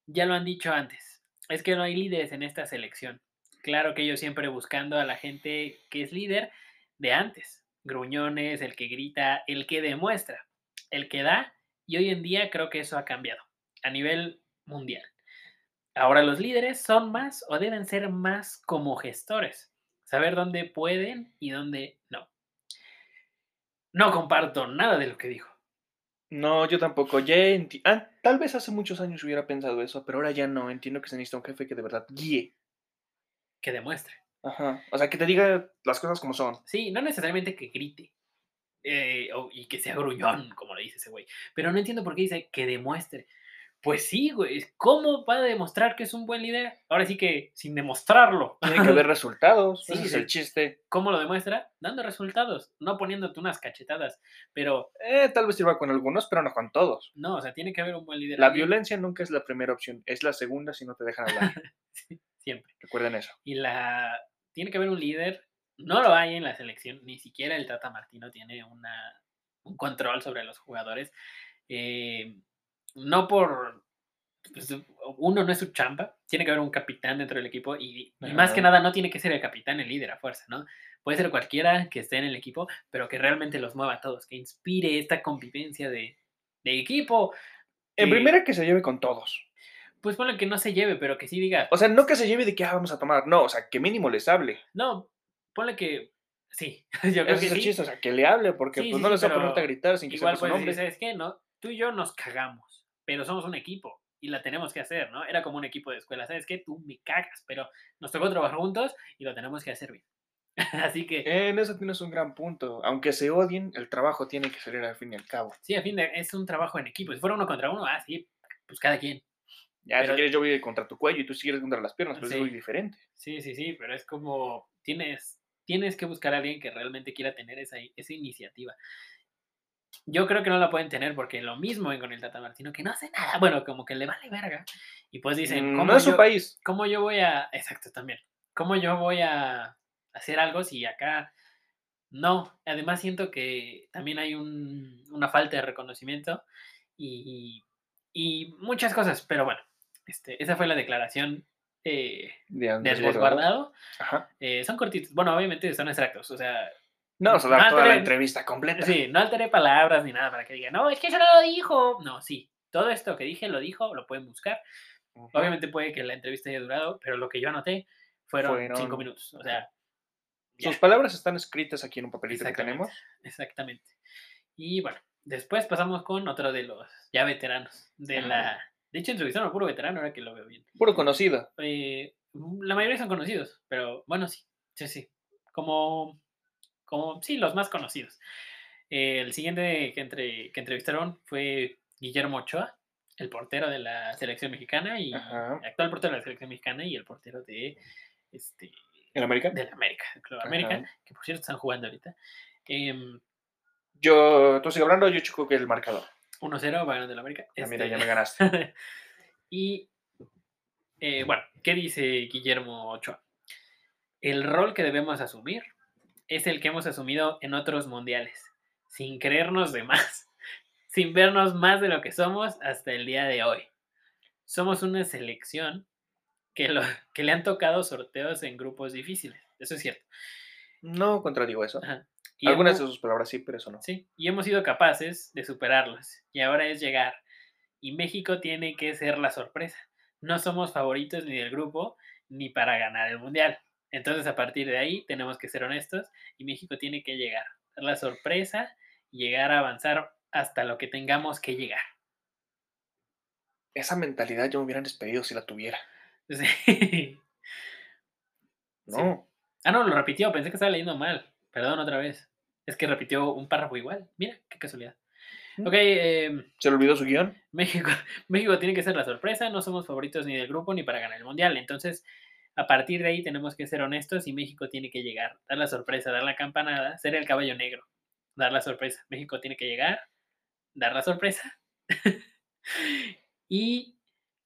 S2: Ya lo han dicho antes, es que no hay líderes en esta selección. Claro que ellos siempre buscando a la gente que es líder de antes. Gruñones, el que grita, el que demuestra, el que da, y hoy en día creo que eso ha cambiado a nivel mundial. Ahora los líderes son más o deben ser más como gestores saber dónde pueden y dónde no. No comparto nada de lo que dijo.
S1: No, yo tampoco. Ya enti- ah, tal vez hace muchos años hubiera pensado eso, pero ahora ya no. Entiendo que se necesita un jefe que de verdad guíe.
S2: Que demuestre.
S1: Ajá. O sea, que te diga las cosas como son.
S2: Sí, no necesariamente que grite. eh, o- y que sea gruñón, como le dice ese güey. Pero no entiendo por qué dice que demuestre. Pues sí, güey. ¿Cómo va a demostrar que es un buen líder? Ahora sí que sin demostrarlo.
S1: Tiene que haber resultados.
S2: Sí,
S1: ese es
S2: sí.
S1: el chiste.
S2: ¿Cómo lo demuestra? Dando resultados, no poniéndote unas cachetadas. Pero
S1: Eh, tal vez sirva con algunos, pero no con todos.
S2: no, o sea, tiene que haber un buen líder.
S1: La
S2: ahí,
S1: violencia nunca es la primera opción, es la segunda si no te dejan hablar.
S2: Siempre.
S1: Recuerden eso.
S2: y la tiene que haber un líder. No lo hay en la selección, ni siquiera el Tata Martino tiene una, un control sobre los jugadores. eh, no por pues, uno no es su chamba, tiene que haber un capitán dentro del equipo y, y más que
S1: Ajá.
S2: nada no tiene que ser el capitán el líder a fuerza, ¿no? Puede ser cualquiera que esté en el equipo, pero que realmente los mueva a todos, que inspire esta convivencia de, de equipo.
S1: En
S2: que,
S1: primera que se lleve con todos.
S2: Pues ponle que no se lleve, pero que sí diga,
S1: O sea, no que se lleve de que ah, vamos a tomar. No, o sea, que mínimo les hable.
S2: no, ponle que sí, yo creo
S1: Ese
S2: que
S1: es el
S2: sí.
S1: chiste, o sea, que le hable, porque
S2: Sí,
S1: pues
S2: sí,
S1: no
S2: sí,
S1: les va a ponerte a
S2: pero
S1: gritar sin que
S2: Igual pues,
S1: sepa su
S2: puedes decir,
S1: nombre.
S2: ¿sabes qué? No? Tú y yo nos cagamos, pero somos un equipo y la tenemos que hacer, ¿no? Era como un equipo de escuela, ¿sabes qué? Tú me cagas, pero nos tocó trabajar juntos y lo tenemos que hacer bien. Así que,
S1: En eso tienes un gran punto. Aunque se odien, el trabajo tiene que salir al fin y al cabo.
S2: sí, a fin de es un trabajo en equipo. Si fuera uno contra uno, ah, sí, pues cada quien.
S1: Ya, si
S2: Pero-
S1: quieres yo voy contra tu cuello y tú si quieres contra las piernas, pero
S2: Sí.
S1: es muy diferente.
S2: Sí, sí, sí, pero es como tienes, tienes que buscar a alguien que realmente quiera tener esa, i- esa iniciativa. Yo creo que no la pueden tener porque lo mismo ven con el Tata Martino, que no hace nada, bueno, como que le vale verga. Y pues dicen,
S1: Mm,
S2: ¿cómo
S1: no es su
S2: yo-
S1: país.
S2: ¿cómo yo voy a. Exacto, también. ¿Cómo yo voy a hacer algo si acá no? Además, siento que también hay un- una falta de reconocimiento y, y muchas cosas, pero bueno, este, esa fue la declaración eh,
S1: De
S2: de
S1: Andrés
S2: Andrés
S1: Guardado.
S2: Guardado.
S1: Ajá.
S2: Eh, son cortitos, bueno, obviamente son extractos, o sea,
S1: No, o sea, dar
S2: Ah,
S1: toda la
S2: pero-
S1: entrevista completa.
S2: sí, no alteré palabras ni nada para que digan, no, es que eso no lo dijo. No, sí, todo esto que dije lo dijo, lo pueden buscar.
S1: Ujú.
S2: Obviamente puede que la entrevista haya durado, pero lo que yo anoté fueron, cinco
S1: Fueron-
S2: minutos. O
S1: ajá.
S2: sea, ya,
S1: Sus palabras están escritas aquí en un papelito que
S2: Exactamente.
S1: tenemos.
S2: exactamente. Y bueno, después pasamos con otro de los ya veteranos de
S1: Ajá.
S2: la. De hecho, entrevistaron a puro veterano ahora que lo veo bien.
S1: Puro conocido.
S2: Eh, mm, la mayoría son conocidos, pero bueno, sí, sí, sí. Como, como sí, los más conocidos. Eh, el siguiente que, entre, que entrevistaron fue Guillermo Ochoa, el portero de la selección mexicana y
S1: Ajá.
S2: actual portero de la selección mexicana y el portero de este
S1: ¿En América?
S2: del América, del Club América,
S1: Ajá.
S2: que por cierto están jugando ahorita. Em,
S1: Yo, tú sigue hablando, yo chico que el marcador.
S2: 1-0 va ganando el América.
S1: Ah, mira,
S2: este,
S1: ya me ganaste.
S2: y eh, bueno, ¿qué dice Guillermo Ochoa? El rol que debemos asumir es el que hemos asumido en otros mundiales, sin creernos de más, sin vernos más de lo que somos hasta el día de hoy. Somos una selección que, lo- que le han tocado sorteos en grupos difíciles, eso es cierto.
S1: No contradigo eso.
S2: Ajá. Y
S1: Algunas de
S2: hemos-
S1: sus palabras sí, pero eso no.
S2: Sí, y hemos sido capaces de superarlos. Y ahora es llegar. Y México tiene que ser la sorpresa. No somos favoritos ni del grupo ni para ganar el mundial. Entonces, a partir de ahí, tenemos que ser honestos y México tiene que llegar. Ser la sorpresa y llegar a avanzar hasta lo que tengamos que llegar.
S1: Esa mentalidad yo me hubieran despedido si la tuviera.
S2: Sí. Sí.
S1: No.
S2: Ah, no, lo repitió. Pensé que estaba leyendo mal. Perdón otra vez. Es que repitió un párrafo igual. Mira, qué casualidad. Ok, eh,
S1: ¿Se le olvidó su guión?
S2: México, México tiene que ser la sorpresa, no somos favoritos ni del grupo ni para ganar el mundial. Entonces, a partir de ahí tenemos que ser honestos y México tiene que llegar, dar la sorpresa, dar la campanada, ser el caballo negro, dar la sorpresa. México tiene que llegar, dar la sorpresa y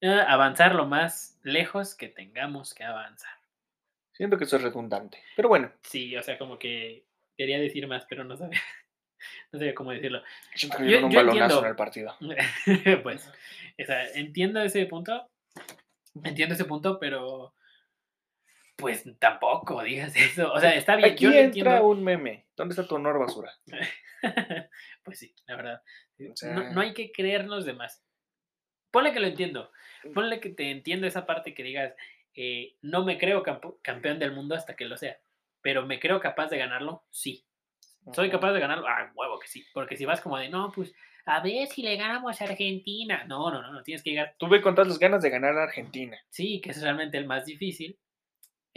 S2: eh, avanzar lo más lejos que tengamos que avanzar.
S1: Siento que eso es redundante. Pero bueno,
S2: Sí, o sea, como que quería decir más, pero no sabía, no sabía cómo decirlo.
S1: siento que
S2: Yo-
S1: dieron un
S2: yo
S1: balonazo
S2: entiendo.
S1: en el partido.
S2: pues, o sea, entiendo ese punto, entiendo ese punto, pero pues tampoco digas eso. O sea, está bien,
S1: Aquí
S2: yo lo
S1: entra
S2: entiendo.
S1: un meme. ¿Dónde está tu honor, basura?
S2: pues sí, la verdad.
S1: O
S2: no,
S1: sea-
S2: no hay que creernos de más. Ponle que lo entiendo. Ponle que te entiendo esa parte que digas, eh, no me creo campo- campeón del mundo hasta que lo sea, pero me creo capaz de ganarlo, sí. ¿Soy
S1: Ujú.
S2: capaz de ganarlo? Ah, huevo que sí. Porque si vas como de, no, pues, a ver si le ganamos a Argentina. No, no, no, no, tienes que llegar.
S1: Tuve con todas las ganas de ganar a Argentina.
S2: Sí, que es realmente el más difícil.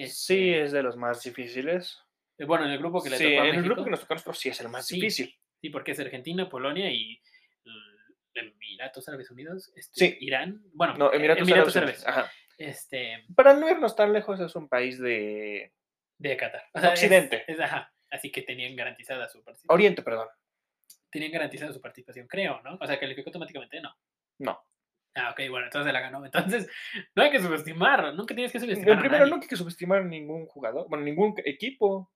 S1: Sí, es de los más difíciles.
S2: Este, Bueno, en el grupo Este que le
S1: Sí,
S2: tocó a
S1: en el
S2: México,
S1: grupo que nos tocó a nosotros sí es el más
S2: Sí.
S1: difícil.
S2: Sí, porque es Argentina, Polonia y mm, Emiratos Árabes Unidos. este,
S1: Sí.
S2: Irán. Bueno,
S1: No,
S2: eh,
S1: Emiratos,
S2: Emiratos
S1: Árabes. Unidos.
S2: Árabes.
S1: ah. Ajá.
S2: Este,
S1: Para no irnos tan lejos, es un país de
S2: de Qatar. O es-
S1: Occidente.
S2: es- ajá, Así que tenían garantizada su participación.
S1: Oriente, perdón.
S2: Tenían garantizada su participación, creo, ¿no? O sea, calificó automáticamente, no.
S1: No.
S2: Ah, ok, bueno, entonces la ganó. Entonces, no hay que subestimar, nunca tienes que subestimar.
S1: En
S2: a
S1: primero,
S2: nadie.
S1: no hay que subestimar ningún jugador, bueno, ningún equipo.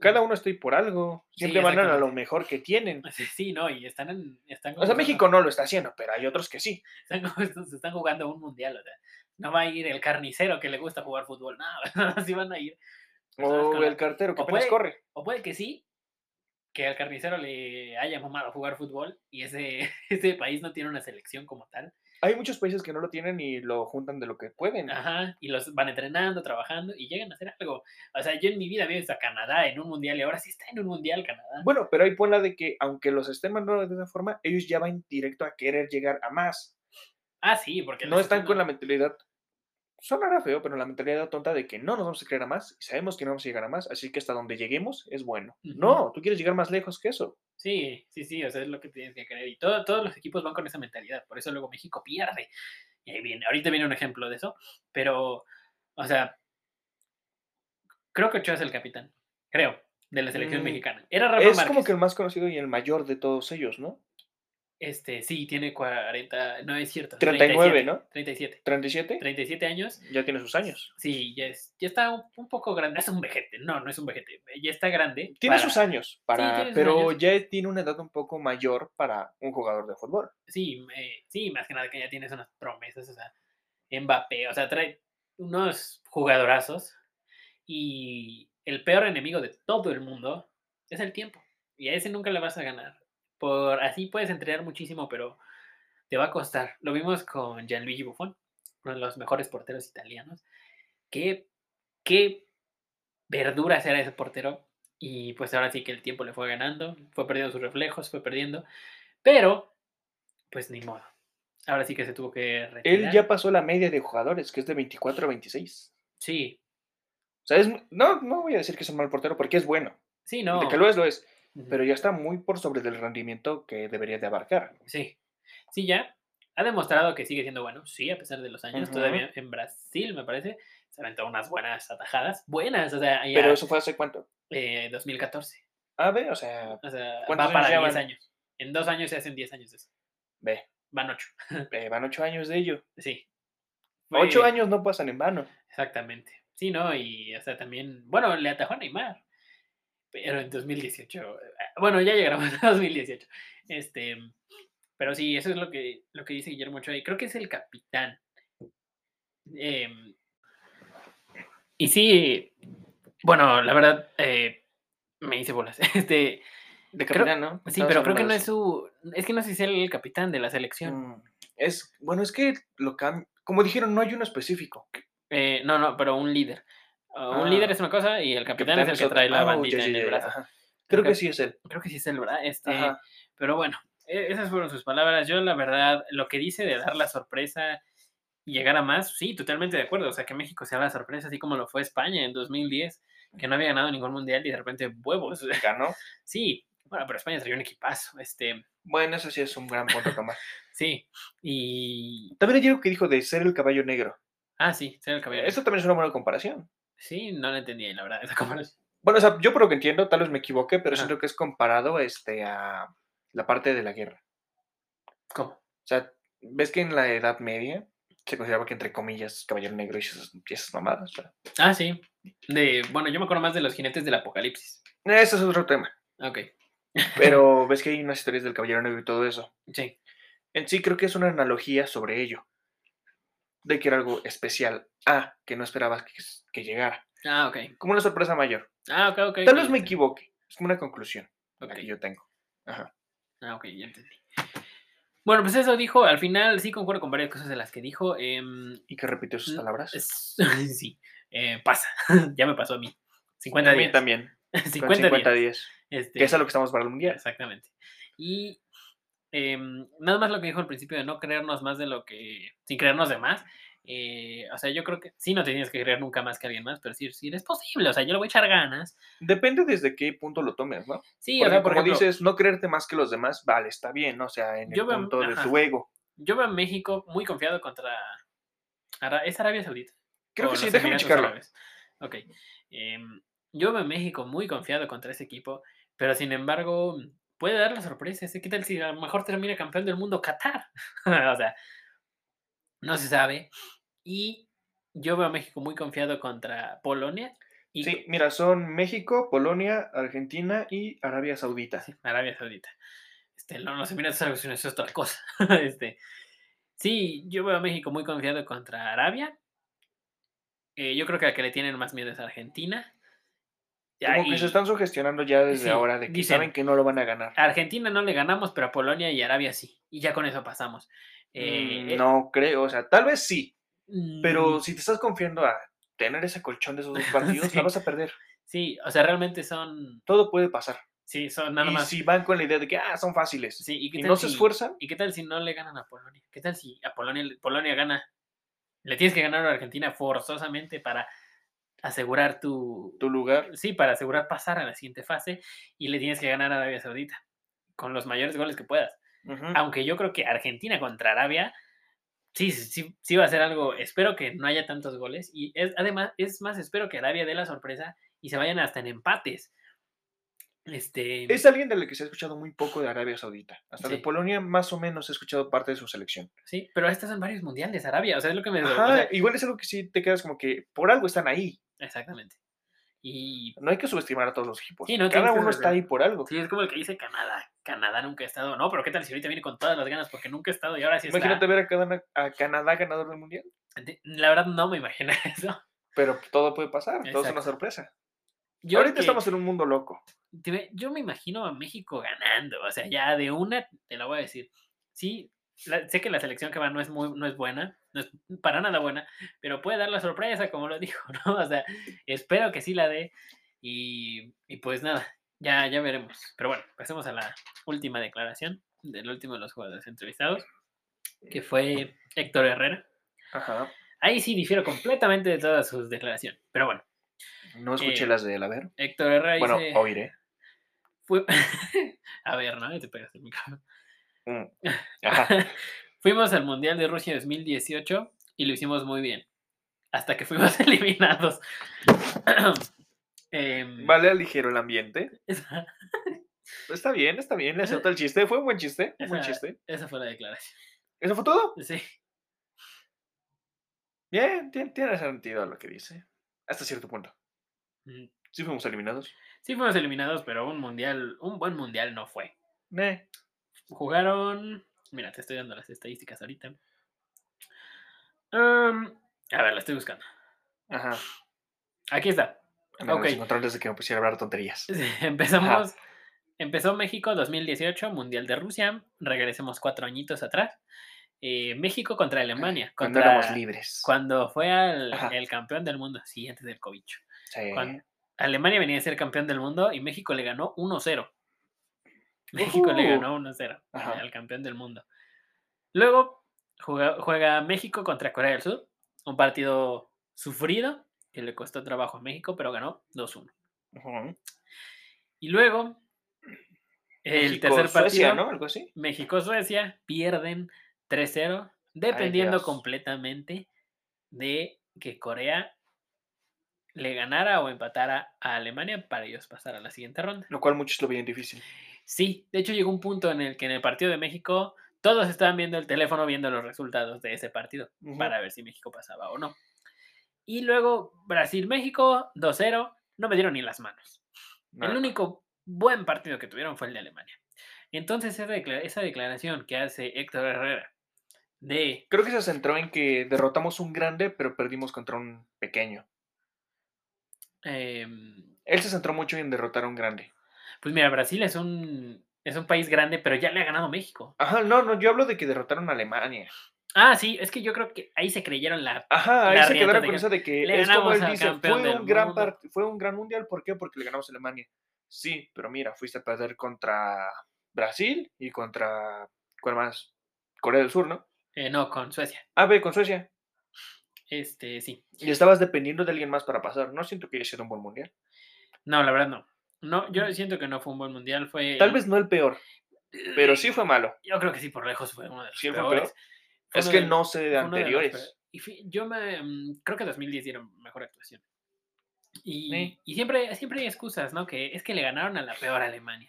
S1: Cada uno estoy por algo. Siempre van a lo
S2: exactamente.
S1: mejor que tienen.
S2: Sí, sí, no, y están en. Están
S1: O sea,
S2: jugando-
S1: México no lo está haciendo, pero hay otros que sí.
S2: Están, como estos- están jugando un mundial, o sea. No va a ir el carnicero que le gusta jugar fútbol, no, así van a ir. personas
S1: O
S2: con la-
S1: el cartero que
S2: Pues, o
S1: apenas
S2: puede-
S1: corre.
S2: O puede que sí, que al carnicero le haya mamado jugar fútbol y ese, ese país no tiene una selección como tal.
S1: Hay muchos países que no lo tienen y lo juntan de lo que pueden.
S2: Ajá, y los van entrenando, trabajando y llegan a hacer algo. O sea, yo en mi vida había visto a Canadá en un mundial y ahora sí está en un mundial Canadá.
S1: Bueno, pero ahí pon la de que aunque los estén mandando de esa forma, ellos ya van directo a querer llegar a más.
S2: Ah, sí, porque
S1: No
S2: les
S1: están con
S2: dando-
S1: la mentalidad, sonará feo, pero la mentalidad tonta de que no nos vamos a creer a más y sabemos que no vamos a llegar a más, así que hasta donde lleguemos es bueno.
S2: Ujú.
S1: No, tú quieres llegar más lejos que eso.
S2: Sí, sí, sí, o sea, es lo que tienes que creer. Y todo- todos los equipos van con esa mentalidad, por eso luego México pierde. Y ahí viene, ahorita viene un ejemplo de eso, pero, o sea, creo que Ochoa es el capitán, creo, de la selección
S1: Mm,
S2: mexicana. Era Rafa
S1: Es
S2: Márquez.
S1: como que el más conocido y el mayor de todos ellos, ¿no?
S2: Este, sí, tiene 40, no es cierto.
S1: 39, ¿no?
S2: 37,
S1: 37,
S2: 37 años.
S1: ya tiene sus años.
S2: Sí, ya, es, ya está un, un poco grande. Es un vejete, no, no es un vejete, ya está grande.
S1: Tiene
S2: para-
S1: sus años, para,
S2: tiene sus
S1: pero
S2: años.
S1: ya tiene una edad un poco mayor para un jugador de fútbol.
S2: sí, eh, sí, más que nada que ya tienes unas promesas, o sea, Mbappé, o sea, trae unos jugadorazos y el peor enemigo de todo el mundo es el tiempo. Y a ese nunca le vas a ganar. Por así puedes entrenar muchísimo, pero te va a costar. Lo vimos con Gianluigi Buffon, uno de los mejores porteros italianos. Qué, qué verduras era ese portero. Y pues ahora sí que el tiempo le fue ganando, fue perdiendo sus reflejos, fue perdiendo. Pero, pues ni modo. Ahora sí que se tuvo que retirar.
S1: Él ya pasó la media de jugadores, que es de 24 a 26.
S2: Sí,
S1: O sea, es, no, no voy a decir que es un mal portero porque es bueno.
S2: sí, no.
S1: De que lo es, lo es.
S2: Ujú.
S1: Pero ya está muy por sobre del rendimiento que debería de abarcar.
S2: Sí, sí, ya. Ha demostrado que sigue siendo bueno, sí, a pesar de los años.
S1: Ujú.
S2: Todavía en Brasil, me parece, se aventó unas buenas atajadas. Buenas, o sea, ya,
S1: Pero eso fue hace cuánto.
S2: eh, 2014.
S1: A ver, o sea,
S2: O sea,
S1: ¿Cuántos años
S2: va para 10
S1: llevan?
S2: años. En dos años se hacen 10 años de eso.
S1: ve,
S2: Van 8,
S1: eh, van ocho años de ello.
S2: sí.
S1: Ocho
S2: Fue-
S1: años no pasan en vano.
S2: Exactamente. Sí, ¿no? Y o sea, también, bueno, le atajó a Neymar. Pero en 2018, eh, bueno, ya llegaremos a 2018. Este, pero sí, eso es lo que, lo que dice Guillermo Ochoa. Y creo que es el capitán. Em, y sí, bueno, la verdad, eh, me hice bolas. Este,
S1: De
S2: Creo-
S1: capitán, ¿no?
S2: sí,
S1: Estabas
S2: pero creo
S1: hablando
S2: que no
S1: de
S2: es su. Es que no sé si es el capitán de la
S1: eso.
S2: selección.
S1: Mm, Es, bueno, es que lo cam- Como dijeron, no hay uno específico.
S2: Eh, no, no, pero un líder. Uh, un líder
S1: Ah,
S2: es una cosa y el capitán,
S1: Capitán
S2: es el que
S1: otra.
S2: trae la
S1: Ah,
S2: bandita
S1: ya, ya,
S2: en el
S1: ya,
S2: brazo.
S1: ajá.
S2: Creo
S1: Creo
S2: que-
S1: que sí es él.
S2: creo que sí es el verdad. Este,
S1: Ajá.
S2: pero bueno, e- esas fueron sus palabras. Yo, la verdad, lo que dice de dar la sorpresa y llegar a más, sí, totalmente de acuerdo. O sea, que México sea la sorpresa, así como lo fue España en 2010, que no había ganado ningún mundial y de repente, huevos.
S1: Ganó.
S2: Sí, Bueno, pero España traía un equipazo. Este,
S1: Bueno, eso sí es un gran punto a tomar.
S2: sí. Y.
S1: También hay algo que dijo de ser el caballo negro.
S2: Ah, sí, ser el caballero.
S1: Esto también es una buena comparación.
S2: Sí, no lo entendí, la verdad, esa comparación.
S1: Bueno, o sea, yo por lo que entiendo, tal vez me equivoque, pero
S2: Ajá.
S1: siento que es comparado este, a la parte de la guerra.
S2: ¿Cómo?
S1: O sea, ves que en la Edad Media se consideraba que, entre comillas, caballero negro y esas, y esas mamadas. o sea,
S2: Ah, sí. De, bueno, yo me acuerdo más de los jinetes del apocalipsis.
S1: Eso Eh, es otro tema.
S2: Ok,
S1: Pero ves que hay unas historias del caballero negro y todo eso.
S2: sí.
S1: En sí creo que es una analogía sobre ello. De que era algo especial. Ah, que no esperabas que, que llegara.
S2: Ah, ok.
S1: Como una sorpresa mayor.
S2: Ah, ok, ok.
S1: Tal
S2: ok,
S1: vez
S2: ya
S1: me
S2: entendí.
S1: equivoque. Es como una conclusión la
S2: Ok.
S1: que yo tengo. Ajá.
S2: Ah, ok, ya entendí. Bueno, pues eso dijo, al final sí concuerdo con varias cosas de las que dijo. em,
S1: Y que repitió sus
S2: Mm,
S1: palabras.
S2: es- sí, eh, pasa, ya me pasó a mí. 50
S1: A mí
S2: días.
S1: también.
S2: 50,
S1: con 50
S2: días.
S1: días.
S2: Este,
S1: Que es a lo que estamos para el mundial.
S2: Exactamente. Y em, nada más lo que dijo al principio de no creernos más de lo que, sin creernos de más. eh, o sea, yo creo que sí no te tienes que creer nunca más que alguien más, pero sí, sí es posible. O sea, yo le voy a echar ganas.
S1: Depende desde qué punto lo tomes, ¿no?
S2: Sí,
S1: Por
S2: o sea,
S1: ejemplo,
S2: por
S1: como
S2: ejemplo,
S1: dices, no creerte más que los demás, vale, está bien, ¿no? o sea, en el
S2: Yo veo-
S1: punto de
S2: ajá.
S1: tu ego.
S2: yo veo a México muy confiado contra. Ara- ¿Es Arabia Saudita?
S1: Creo
S2: o
S1: que sí,
S2: los
S1: déjame
S2: Emiratos
S1: checarlo.
S2: Árabes. Ok. em, yo veo a México muy confiado contra ese equipo, pero sin embargo, puede dar la sorpresa. ese- ¿Qué tal si a lo mejor termina campeón del mundo Qatar? o sea, no se sabe. Y yo veo a México muy confiado contra Polonia y
S1: Sí, mira, son México, Polonia, Argentina y Arabia Saudita.
S2: sí, Arabia Saudita. Este, no, los Emiratos Árabes Unidos es otra cosa. este, sí, yo veo a México muy confiado contra Arabia. Eh, yo creo que al que le tienen más miedo es Argentina. Ya,
S1: Como que se
S2: y-
S1: están sugestionando ya desde
S2: sí,
S1: ahora de que
S2: dicen,
S1: saben que no lo van a ganar.
S2: A Argentina no le ganamos, pero a Polonia y Arabia sí. Y ya con eso pasamos. Eh,
S1: Mm,
S2: eh,
S1: no creo, o sea, tal vez sí, pero
S2: mm,
S1: si te estás confiando a tener ese colchón de esos dos partidos,
S2: Sí.
S1: la vas a perder.
S2: Sí, o sea, realmente son.
S1: Todo puede pasar.
S2: Sí, son nada
S1: y
S2: más.
S1: si van con la idea de que, ah, son fáciles,
S2: sí, ¿y, qué
S1: y
S2: tal
S1: no se
S2: si-
S1: esfuerzan,
S2: ¿Y qué tal si no le ganan a Polonia? ¿Qué tal si a Polonia, le- Polonia gana? Le tienes que ganar a Argentina forzosamente para asegurar tu,
S1: tu lugar,
S2: Sí, para asegurar pasar a la siguiente fase. Y le tienes que ganar a Arabia Saudita. Con los mayores goles que puedas.
S1: ujú,
S2: Aunque yo creo que Argentina contra Arabia sí, sí, sí, sí va a ser algo. Espero que no haya tantos goles. Y es, además, es más, espero que Arabia dé la sorpresa y se vayan hasta en empates. Este.
S1: es alguien de la que se ha escuchado muy poco de Arabia Saudita. Hasta de
S2: Sí.
S1: Polonia más o menos he escuchado parte de su selección.
S2: Sí, pero estas son varios mundiales, Arabia. O sea, es lo que me. o
S1: Ajá,
S2: sea,
S1: igual es algo que sí te quedas como que por algo están ahí.
S2: exactamente. Y.
S1: No hay que subestimar a todos los equipos.
S2: Sí, no
S1: Cada
S2: tienes que
S1: uno está
S2: subestimar.
S1: ahí por algo.
S2: Sí, es como el que dice Canadá. Canadá nunca ha estado. No, pero ¿qué tal si ahorita viene con todas las ganas? Porque nunca ha estado y ahora sí está.
S1: Imagínate ver a Canadá, a Canadá ganador del mundial.
S2: Ante- La verdad, no me imagino eso.
S1: Pero todo puede pasar, todo es una
S2: Exacto.
S1: sorpresa.
S2: Yo
S1: Ahorita
S2: que-
S1: estamos en un mundo loco.
S2: te ve- yo me imagino a México ganando, o sea, ya de una te la voy a decir. Sí, la- sé que la selección que va no es muy no es buena, no es para nada buena, pero puede dar la sorpresa, como lo dijo, ¿no? O sea, espero que sí la dé y, y pues nada, ya, ya veremos. Pero bueno, pasemos a la última declaración del último de los jugadores entrevistados, que fue Héctor Herrera.
S1: Ajá.
S2: Ahí sí difiero completamente de todas sus declaraciones, pero bueno,
S1: No escuché
S2: Eh,
S1: las de él, a ver.
S2: Héctor Herrera
S1: Bueno,
S2: dice...
S1: oiré.
S2: Fue- a ver, ¿no? Y Te pegaste el micrófono.
S1: Mm. Ajá.
S2: Fuimos al Mundial de Rusia 2018 y lo hicimos muy bien. Hasta que fuimos eliminados. Em,
S1: Vale, al ligero el ambiente.
S2: esa,
S1: Está bien, está bien, le acepto el chiste. Fue un buen chiste, un buen
S2: Esa-
S1: chiste.
S2: esa fue la declaración.
S1: ¿Eso fue todo?
S2: Sí,
S1: Bien, tiene, tiene sentido lo que dice. Hasta cierto punto.
S2: mm,
S1: Sí fuimos eliminados.
S2: sí fuimos eliminados, pero un mundial, un buen mundial no fue.
S1: Meh.
S2: Jugaron. Mira, te estoy dando las estadísticas ahorita. Em, a ver, la estoy buscando.
S1: Ajá.
S2: Aquí está.
S1: Me
S2: Ok.
S1: okay. encontrar desde que me pusiera a hablar tonterías.
S2: Empezamos. Empezó México 2018, Mundial de Rusia. Regresemos cuatro añitos atrás. eh, México contra Alemania.
S1: Cuando
S2: Contra,
S1: éramos libres.
S2: cuando fue al,
S1: Ajá.
S2: el campeón del mundo. Sí, antes del cobicho.
S1: Sí.
S2: Cuan- Alemania venía a ser campeón del mundo y México le ganó 1-0. México le
S1: Ujú.
S2: ganó 1-0
S1: Uh. Ajá.
S2: al campeón del mundo. Luego juega, juega México contra Corea del Sur. Un partido sufrido que le costó trabajo a México, pero ganó 2-1.
S1: Ujú.
S2: Y luego El
S1: México,
S2: tercer partido,
S1: Suecia, ¿no? Algo así.
S2: México-Suecia, pierden 3-0, dependiendo
S1: Dios.
S2: completamente de que Corea le ganara o empatara a Alemania para ellos pasar a la siguiente ronda.
S1: Lo cual muchos lo veían difícil.
S2: Sí, de hecho llegó un punto en el que en el partido de México todos estaban viendo el teléfono, viendo los resultados de ese partido
S1: Ujú.
S2: para ver si México pasaba o no. Y luego Brasil-México 2-0, no me dieron ni las manos. El
S1: Nah.
S2: único buen partido que tuvieron fue el de Alemania. Entonces esa, decla- esa declaración que hace Héctor Herrera de...
S1: Creo que se centró en que derrotamos un grande, pero perdimos contra un pequeño.
S2: em,
S1: Él se centró mucho en derrotar a un grande.
S2: pues mira, Brasil es un, es un país grande, pero ya le ha ganado México.
S1: Ajá, no, no, yo hablo de que derrotaron a Alemania.
S2: Ah, sí, es que yo creo que ahí se creyeron la
S1: Ajá, ahí
S2: La
S1: se
S2: riata
S1: quedaron
S2: de
S1: con
S2: que
S1: eso de que
S2: le
S1: es como
S2: ganamos
S1: él
S2: al
S1: dice,
S2: campeón
S1: fue
S2: del
S1: un, gran
S2: mundo".
S1: part- fue un gran mundial, ¿por qué? Porque le ganamos a Alemania. Sí, pero mira, fuiste a perder contra Brasil y contra, ¿cuál más? Corea del Sur, ¿no?
S2: Eh, no, con Suecia.
S1: Ah, ve, con Suecia.
S2: Este, sí.
S1: Y estabas dependiendo de alguien más para pasar. No siento que haya sido un buen mundial.
S2: No, la verdad no. No, yo siento que no fue un buen mundial, fue...
S1: Tal
S2: el-
S1: vez no el peor, pero sí fue malo.
S2: Yo creo que sí, por lejos fue uno de los
S1: ¿Sí fue peor?
S2: peores. Fue
S1: Es
S2: uno
S1: que
S2: de-
S1: no sé de
S2: fue uno de los
S1: anteriores.
S2: peores. Y fi- yo me, mm, creo que 2010 dieron mejor actuación. Y,
S1: Sí.
S2: y siempre, siempre hay excusas, ¿no? Que es que le ganaron a la peor Alemania.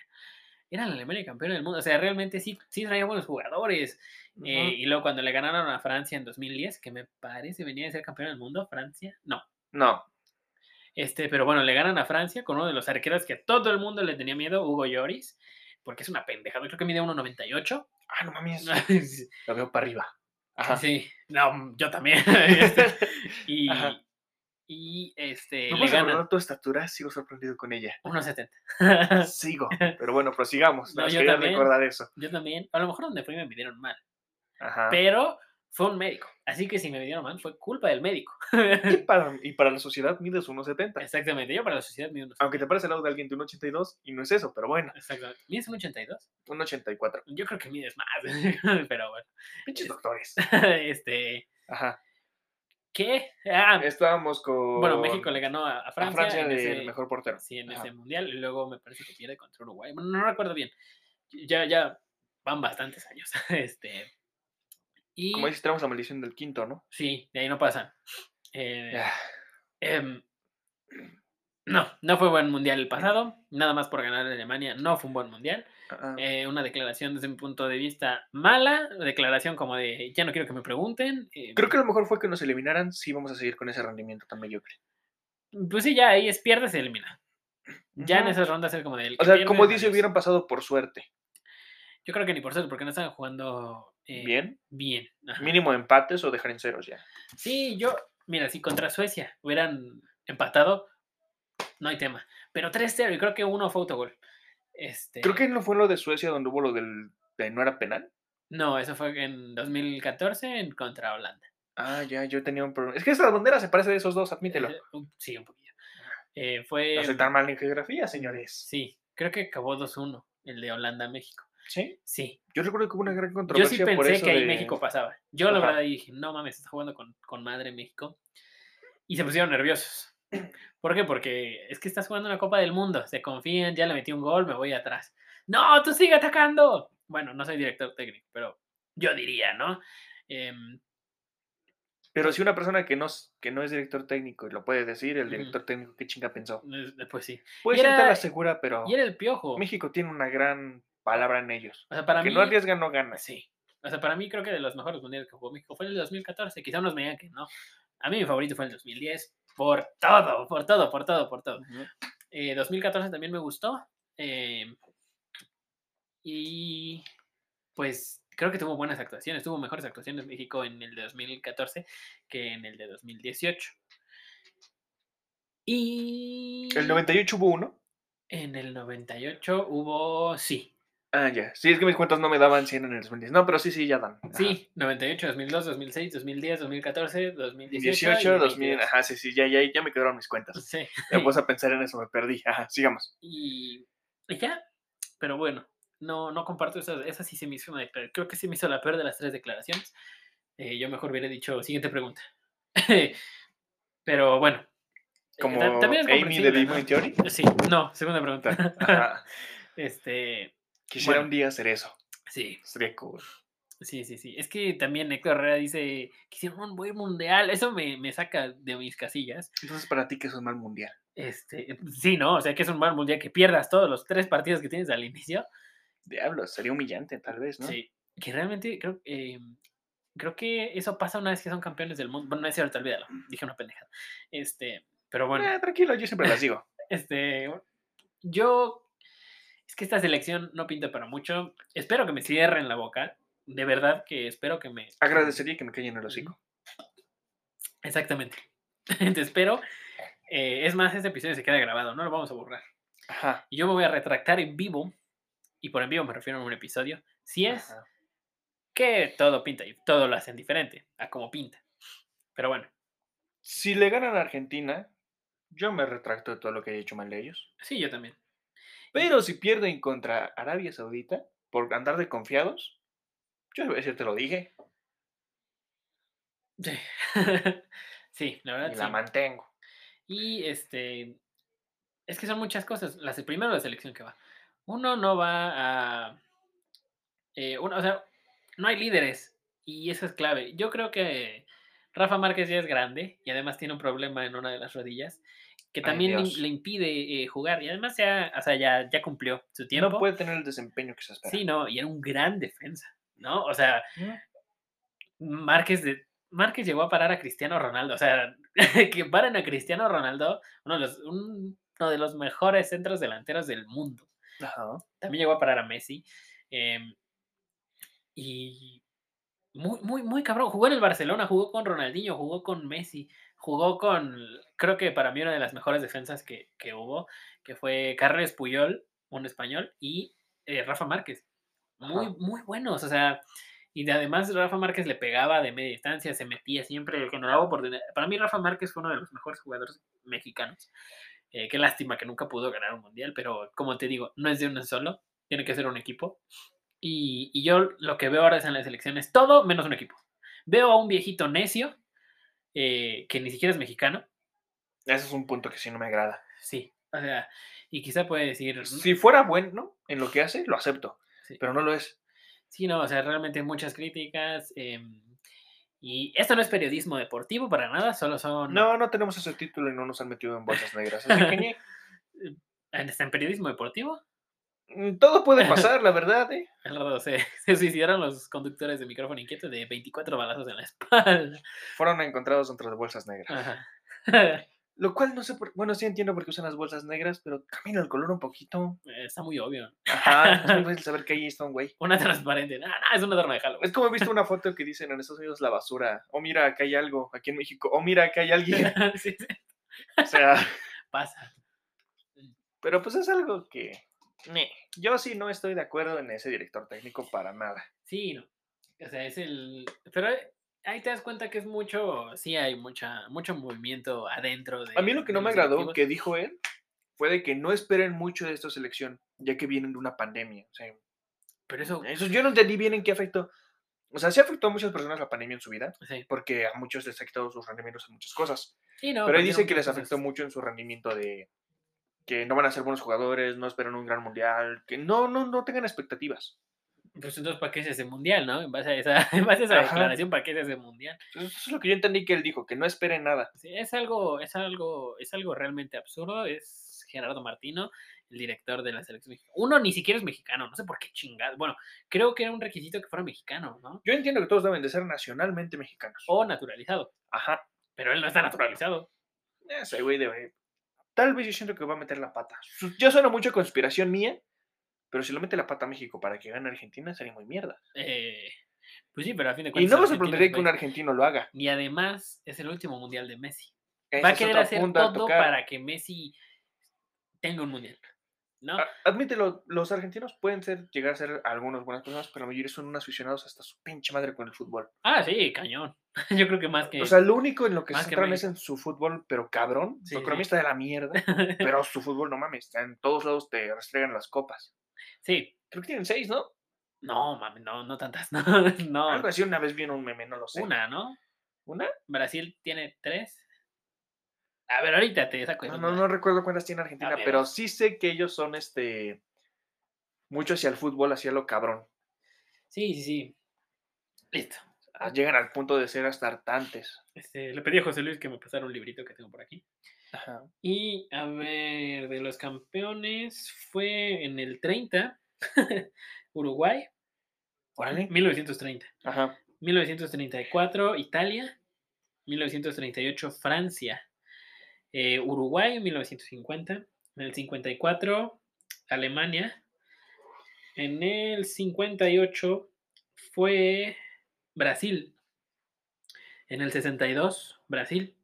S2: Era la Alemania campeona del mundo. O sea, realmente sí, sí traía buenos jugadores.
S1: Ujú.
S2: Eh, y luego cuando le ganaron a Francia en 2010, que me parece venía de ser campeona del mundo, Francia. No,
S1: No,
S2: Este, pero bueno, le ganan a Francia con uno de los arqueros que todo el mundo le tenía miedo, Hugo Lloris, porque es una pendejada. Creo que mide 1.98.
S1: Ah, no mames.
S2: Sí,
S1: Lo veo para arriba. Ajá.
S2: sí, no, yo también. Este, y,
S1: Ajá.
S2: y, este,
S1: No
S2: le
S1: le
S2: ganan
S1: tu estatura, sigo sorprendido con ella.
S2: 1.70.
S1: Sigo. Pero bueno, prosigamos.
S2: No,
S1: Nos
S2: yo
S1: quería
S2: también.
S1: recordar eso.
S2: yo también. A lo mejor donde fui me midieron mal,
S1: Ajá.
S2: pero fue un médico. Así que si me midieron mal, fue culpa del médico.
S1: Y para, y para la sociedad mides 1,70.
S2: Exactamente, yo para la sociedad mido unos-
S1: Aunque te pares al lado de alguien de 1,82 y no es eso, pero bueno,
S2: Exactamente. ¿Mides 1.82?
S1: 1,84.
S2: Yo creo que mides más, pero bueno.
S1: Pinches doctores.
S2: Este,
S1: Ajá.
S2: ¿Qué? Ah,
S1: Estábamos con.
S2: Bueno, México le ganó a, a
S1: Eh, a
S2: Francia.
S1: Francia
S2: en
S1: del
S2: ese,
S1: mejor portero.
S2: sí, en
S1: Ajá.
S2: ese mundial. Y luego me parece que pierde contra Uruguay. Bueno, no recuerdo bien. Ya, ya van bastantes años. Este. Y
S1: Como dices, tenemos la maldición del quinto, ¿no?
S2: sí, de ahí no pasan. Eh,
S1: Ya.
S2: em, no, no fue buen mundial el pasado. Nada más por ganar a Alemania. No fue un buen mundial.
S1: Ah,
S2: Eh, una declaración desde mi punto de vista mala. Declaración como de ya no quiero que me pregunten. eh,
S1: Creo que lo mejor fue que nos eliminaran si vamos a seguir con ese rendimiento tan mediocre.
S2: Pues sí, ya ahí es pierde, se elimina. Ya en
S1: Ujú.
S2: esas rondas es como de. "El
S1: O
S2: que
S1: sea,
S2: pierde,
S1: como dice,
S2: adiós".
S1: hubieran pasado por suerte.
S2: Yo creo que ni por suerte, porque no estaban jugando eh,
S1: Bien.
S2: bien, ajá.
S1: Mínimo empates o dejar en ceros ya.
S2: Sí, yo, mira, si contra Suecia hubieran empatado, no hay tema. Pero 3-0, y creo que uno fue autogol. Este,
S1: Creo que no fue lo de Suecia donde hubo lo del de no era penal.
S2: No, eso fue en 2014 en contra Holanda.
S1: Ah, ya, yo tenía un problema. Es que esa bandera se parece de esos dos, admítelo.
S2: Eh, un- sí, un poquillo. Eh, fue.
S1: No soy tan mal en geografía, señores.
S2: Sí, creo que acabó 2-1, el de Holanda-México.
S1: Sí.
S2: Sí,
S1: Yo recuerdo que hubo una gran
S2: yo
S1: controversia
S2: sí
S1: por
S2: pensé
S1: eso
S2: que ahí
S1: de-
S2: México pasaba. Yo la
S1: Ajá.
S2: verdad dije, no mames, está jugando con, con madre México. Y se pusieron nerviosos. ¿Por qué? Porque es que estás jugando una Copa del Mundo. Se confían, ya le metí un gol, me voy atrás. No, tú sigue atacando. Bueno, no soy director técnico, pero yo diría, ¿no? Em,
S1: Pero si una persona que no, es- que no es director técnico y lo puede decir, el
S2: Ujú.
S1: director técnico, ¿qué chinga pensó?
S2: es- pues sí.
S1: Puede
S2: Y
S1: ser
S2: era-
S1: la segura, pero
S2: Y era el piojo.
S1: México tiene una gran palabra en ellos.
S2: O sea, para
S1: que
S2: mí.
S1: no arriesga, no gana.
S2: Sí. O sea, para mí creo que de los mejores mundiales que jugó México fue el de 2014. Quizá unos me digan que no. A mí mi favorito fue el 2010. Por todo, por todo, por todo, por todo.
S1: Ujú.
S2: Eh, 2014 también me gustó. em, y pues creo que tuvo buenas actuaciones, tuvo mejores actuaciones México en el de 2014 que en el de 2018. Y
S1: El 98 hubo uno.
S2: en el 98 hubo, sí,
S1: Ah, ya. Sí, es que mis cuentas no me daban 100 en el 2010. No, pero sí, sí, ya dan. Ajá.
S2: sí, 98, 2002, 2006, 2010, 2014, 2018.
S1: 18, 2000,
S2: 2000.
S1: ajá, sí, sí, ya, ya, ya me quedaron mis cuentas.
S2: Sí.
S1: Ya puse a pensar en eso, me perdí. Ajá, sigamos.
S2: Y, y ya, pero bueno, no, no comparto esa, esa sí se me hizo una declaración. Creo que se me hizo la peor de las tres declaraciones. Eh, yo mejor hubiera dicho, siguiente pregunta. pero bueno. eh,
S1: Como
S2: ta-
S1: Amy de
S2: comprensible,
S1: Big Bang Theory.
S2: ¿no? Sí, no, segunda pregunta.
S1: Ajá.
S2: este,
S1: Quisiera
S2: Bueno.
S1: un día hacer eso.
S2: Sí,
S1: Sería cool.
S2: sí, sí, sí. Es que también Héctor Herrera dice que hicieron un buen mundial. Eso me, me saca de mis casillas.
S1: Entonces, para ti, que es un mal mundial.
S2: Este, sí, ¿no? O sea, que es un mal mundial que pierdas todos los tres partidos que tienes al inicio.
S1: Diablos, sería humillante, tal vez, ¿no?
S2: Sí. Que realmente creo, eh, creo que eso pasa una vez que son campeones del mundo. Bueno, no es cierto, olvídalo. Dije una pendejada. Este, pero bueno.
S1: Eh, tranquilo, yo siempre las digo.
S2: Este, yo, es que esta selección no pinta para mucho. Espero que me cierren la boca. De verdad que espero que me... que me-
S1: Agradecería que me callen el hocico.
S2: Exactamente. Te espero. Eh, es más, este episodio se queda grabado, no lo vamos a borrar.
S1: Ajá.
S2: Y yo me voy a retractar en vivo, y por en vivo me refiero a un episodio, si es
S1: ajá.
S2: que todo pinta y todo lo hacen diferente a como pinta. Pero bueno,
S1: Si le ganan a Argentina, yo me retracto de todo lo que he hecho mal de ellos.
S2: sí, yo también.
S1: Pero si pierden contra Arabia Saudita por andar de confiados, yo voy a decir, te lo dije
S2: Sí, sí la verdad.
S1: y la
S2: Ah, sí.
S1: mantengo.
S2: Y este. Es que son muchas cosas. Las, de- primero la selección que va. Uno no va a. eh, uno, o sea, no hay líderes. Y eso es clave. Yo creo que Rafa Márquez ya es grande y además tiene un problema en una de las rodillas que
S1: Ay,
S2: también le, im-
S1: Dios.
S2: le impide eh, jugar. Y además ya, o sea, ya, ya cumplió su tiempo.
S1: No puede tener el desempeño que se espera.
S2: Sí, no, y era un gran defensa, ¿no? O sea,
S1: Mm.
S2: Márquez de. Márquez llegó a parar a Cristiano Ronaldo. O sea, que paren a Cristiano Ronaldo, uno de los, un- uno de los mejores centros delanteros del mundo.
S1: Ajá.
S2: También llegó a parar a Messi. em, y muy, muy, muy cabrón. Jugó en el Barcelona, jugó con Ronaldinho, jugó con Messi, jugó con. Creo que para mí una de las mejores defensas que, que hubo, que fue Carles Puyol, un español, y eh, Rafa Márquez. Muy,
S1: Ajá.
S2: muy buenos, o sea. Y de- además Rafa Márquez le pegaba de media distancia, se metía siempre, generaba oportunidades. Para mí Rafa Márquez fue uno de los mejores jugadores mexicanos. Eh, qué lástima que nunca pudo ganar un mundial, pero como te digo, no es de uno solo, tiene que ser un equipo. Y, y yo lo que veo ahora es en las elecciones todo menos un equipo. Veo a un viejito necio, eh, que ni siquiera es mexicano,
S1: Ese es un punto que sí no me agrada.
S2: sí, o sea, y quizá puede decir, "Mm,
S1: Si fuera bueno en lo que hace, lo acepto.
S2: Sí.
S1: Pero no lo es.
S2: Sí, no, o sea, realmente muchas críticas. em, y esto no es periodismo deportivo para nada, solo son.
S1: No, no tenemos ese título y no nos han metido en bolsas negras. Así que ñe.
S2: ¿Está en periodismo deportivo?
S1: Mm, Todo puede pasar, la verdad, ¿eh?
S2: Al rato se, se suicidaron los conductores de micrófono inquieto de 24 balazos en la espalda.
S1: Fueron encontrados entre las bolsas negras.
S2: Ajá.
S1: Lo cual no sé por... Bueno, sí entiendo por qué usan las bolsas negras, pero cambia el color un poquito.
S2: Está muy obvio.
S1: Ajá, es muy fácil saber que ahí está un güey.
S2: Una transparente. No, no, es un adorno de Halloween.
S1: Es como he visto una foto que dicen en Estados Unidos la basura. Oh, mira, acá hay algo. Aquí en México. Oh, mira, acá hay alguien.
S2: Sí, sí,
S1: O sea,
S2: pasa.
S1: pero pues es algo que...
S2: Eh.
S1: ne, Yo sí no estoy de acuerdo en ese director técnico para nada.
S2: Sí, no. O sea, es el. Pero eh, ahí te das cuenta que es mucho. Sí, hay mucha, mucho movimiento adentro. De,
S1: A mí lo que
S2: de
S1: no me
S2: los
S1: agradó
S2: directivos.
S1: que dijo él fue de que no esperen mucho de esta selección, ya que vienen de una pandemia. O sea,
S2: Pero eso.
S1: eso yo no entendí bien en qué afectó. O sea, sí afectó a muchas personas la pandemia en su vida,
S2: Sí.
S1: porque a muchos les ha quitado sus rendimientos en muchas cosas.
S2: Sí, no,
S1: Pero él
S2: pues, perdieron
S1: dice que les
S2: muchas
S1: afectó
S2: cosas.
S1: mucho en su rendimiento de que no van a ser buenos jugadores, no esperan un gran mundial, que no, no, no tengan expectativas.
S2: Pues entonces, ¿para qué se hace mundial, no? En base a esa, en base a esa
S1: Ajá.
S2: declaración, ¿para qué se hace mundial?
S1: Eso es lo que yo entendí que él dijo, que no esperen nada.
S2: Sí, es algo, es algo, es algo realmente absurdo. Es Gerardo Martino, el director de la selección mexicana. Uno ni siquiera es mexicano, no sé por qué chingado. Bueno, creo que era un requisito que fuera mexicano, ¿no?
S1: Yo entiendo que todos deben de ser nacionalmente mexicanos.
S2: O naturalizado.
S1: Ajá.
S2: Pero él no está naturalizado.
S1: Ese güey de... eh, Tal vez yo siento que va a meter la pata. Su- Ya suena mucho a conspiración mía, pero si lo mete la pata a México para que gane Argentina sería muy mierda.
S2: Eh, pues sí, pero a fin de
S1: Y
S2: cuentas.
S1: no me
S2: Argentina es
S1: sorprendería que un
S2: país-
S1: argentino lo haga.
S2: Y además es el último mundial de Messi.
S1: Ese
S2: Va a
S1: es
S2: querer
S1: otro
S2: hacer
S1: punto a
S2: todo
S1: tocar.
S2: para que Messi tenga un mundial. ¿No?
S1: A- Ah, Admítelo, los argentinos pueden ser, llegar a ser algunas buenas personas, pero la mayoría son unos aficionados hasta su pinche madre con el fútbol.
S2: Ah, sí, cañón. Yo creo que más que.
S1: O sea, lo único en lo que se
S2: Eh, más que
S1: centran es en su fútbol, pero cabrón.
S2: Sí,
S1: su economía
S2: sí.
S1: está de la mierda, pero su fútbol no mames. está En todos lados te restregan las copas.
S2: sí.
S1: Creo que tienen seis, ¿no?
S2: No, mami, no, no tantas. No,
S1: Ah,
S2: no.
S1: Algo así una vez vino un meme, no lo sé.
S2: Una, ¿no?
S1: ¿Una?
S2: Brasil tiene tres. A ver, ahorita te saco.
S1: No,
S2: eso,
S1: no,
S2: mira.
S1: no recuerdo cuántas tiene Argentina,
S2: ver.
S1: pero sí sé que ellos son este. mucho hacia el fútbol, hacia lo cabrón.
S2: Sí, sí, sí. Listo.
S1: Ah, Llegan al punto de ser hasta hartantes.
S2: Este, le pedí a José Luis que me pasara un librito que tengo por aquí. Y a ver, de los campeones fue en el 30, Uruguay,
S1: Órale.
S2: 1930.
S1: Ajá.
S2: 1934, Italia. 1938, Francia. eh, Uruguay, 1950. En el 54, Alemania. En el 58 fue Brasil. En el 62, Brasil.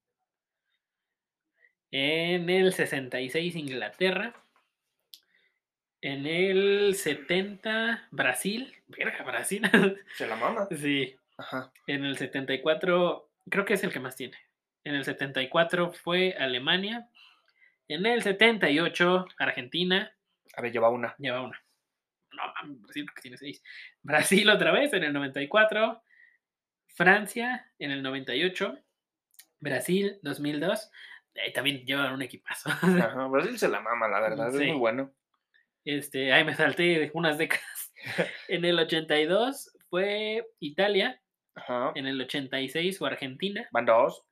S2: En el 66, Inglaterra. En el 70, Brasil. Verga, Brasil.
S1: Se la mama.
S2: sí.
S1: Ajá.
S2: En el 74, creo que es el que más tiene. En el 74 fue Alemania. En el 78, Argentina
S1: A ver, lleva una.
S2: lleva una. No, mames, Brasil creo que tiene seis. Brasil otra vez en el 94. Francia en el 98. Brasil 2002. Ahí también llevan un equipazo.
S1: Ajá. Brasil se la mama, la verdad.
S2: Sí.
S1: Es muy bueno.
S2: Este, ahí me salté unas décadas. En el 82 fue Italia.
S1: Ajá.
S2: En el 86 fue Argentina.
S1: Van dos.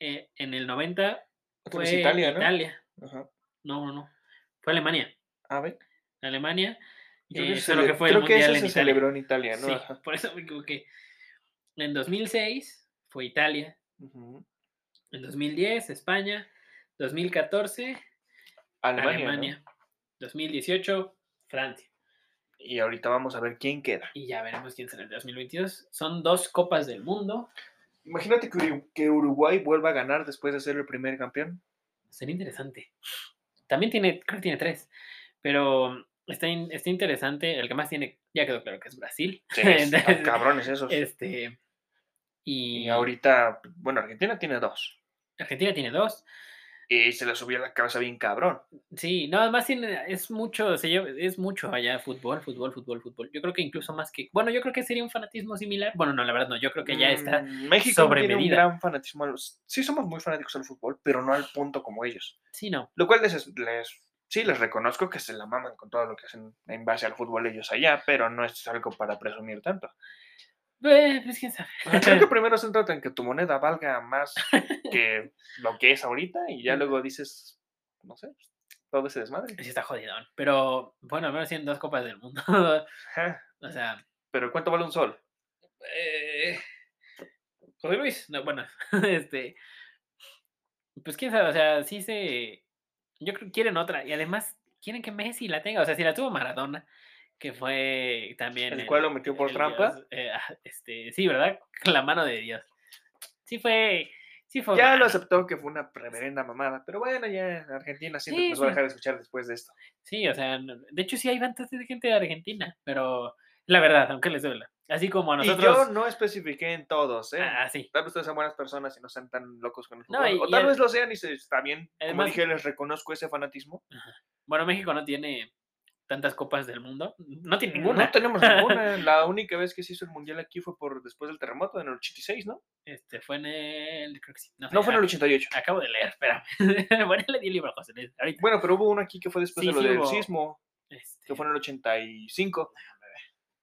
S2: eh, en el 90
S1: Otra
S2: fue
S1: vez Italia, ¿no?
S2: Italia.
S1: Ajá.
S2: No, no, no. Fue Alemania.
S1: A ver.
S2: Alemania.
S1: Creo
S2: Eh,
S1: que,
S2: solo
S1: cele-
S2: que fue el
S1: creo que
S2: Mundial
S1: ese
S2: en
S1: se
S2: Italia.
S1: celebró en Italia, ¿no?
S2: Sí,
S1: Ajá.
S2: por eso me equivoqué. En 2006 fue Italia.
S1: Ujú.
S2: En 2010 España. 2014
S1: Alemania.
S2: Alemania.
S1: ¿no?
S2: 2018 Francia.
S1: Y ahorita vamos a ver quién queda.
S2: Y ya veremos quién será el 2022. Son dos copas del mundo.
S1: Imagínate que, Uri- que Uruguay vuelva a ganar después de ser el primer campeón.
S2: Sería interesante. También tiene, creo que tiene tres. Pero está, in- está interesante. El que más tiene, ya quedó claro que es Brasil.
S1: Sí, es-
S2: Entonces,
S1: tan cabrones esos.
S2: Este. Y,
S1: Y ahorita, bueno, Argentina tiene dos.
S2: Argentina tiene dos.
S1: Y se le subió la cabeza bien cabrón.
S2: Sí, no, además tiene- es mucho, se lleva- es mucho allá fútbol, fútbol, fútbol, fútbol. Yo creo que incluso más que. Bueno, yo creo que sería un fanatismo similar. Bueno, no, la verdad no, yo creo que ya está.
S1: Mm, México tiene un
S2: sobremedida.
S1: gran fanatismo. a los- Sí, somos muy fanáticos al fútbol, pero no al punto como ellos.
S2: Sí, no.
S1: Lo cual les, les- sí les reconozco que se la maman con todo lo que hacen en base al fútbol ellos allá, pero no es algo para presumir tanto.
S2: Eh, pues quién sabe.
S1: O sea, Creo que primero céntrate en que tu moneda valga más que lo que es ahorita y ya luego dices, no sé, pues, todo ese desmadre.
S2: pues, Sí, está jodidón. Pero bueno, al menos tienen dos copas del mundo.
S1: Ajá,
S2: o sea.
S1: Pero ¿cuánto vale un sol?
S2: eh, José Luis, no, bueno, este. Pues quién sabe, o sea, sí se. Yo creo que quieren otra. Y además, quieren que Messi la tenga. O sea, si la tuvo Maradona, que fue también.
S1: El cual lo metió por
S2: el
S1: trampa.
S2: dios, eh, ah, este, sí, ¿verdad? Con la mano de Dios. Sí fue. Sí fue.
S1: Ya lo
S2: mano.
S1: aceptó que fue una reverenda mamada, pero bueno, ya Argentina siempre
S2: Sí,
S1: nos va a
S2: sí.
S1: dejar de escuchar después de esto.
S2: Sí, o sea, no- de hecho sí hay bastante de gente de Argentina, pero la verdad, aunque les duela. Así como a
S1: Y yo
S2: nosotros.
S1: no especifiqué en todos, ¿eh?
S2: Ah, sí.
S1: Tal vez ustedes sean buenas personas y no sean tan locos con el
S2: No,
S1: fútbol.
S2: y-
S1: o
S2: y
S1: tal
S2: ad-
S1: vez lo sean y se, está bien. Como
S2: además-
S1: dije, les reconozco ese fanatismo.
S2: Bueno, México no tiene tantas copas del mundo. No tiene
S1: Ninguna.
S2: ninguna.
S1: No tenemos ninguna. La única vez que se hizo el mundial aquí fue por después del terremoto en el 86, ¿no?
S2: Este fue en el. Creo que sí. No, sé,
S1: No fue en el
S2: ac-
S1: 88.
S2: Acabo de leer, espérame. bueno, le di el libro a José Luis. Ahorita.
S1: Bueno, pero hubo uno aquí que fue después
S2: Sí,
S1: de lo
S2: sí
S1: del
S2: hubo.
S1: sismo,
S2: Este,
S1: que fue en el 85.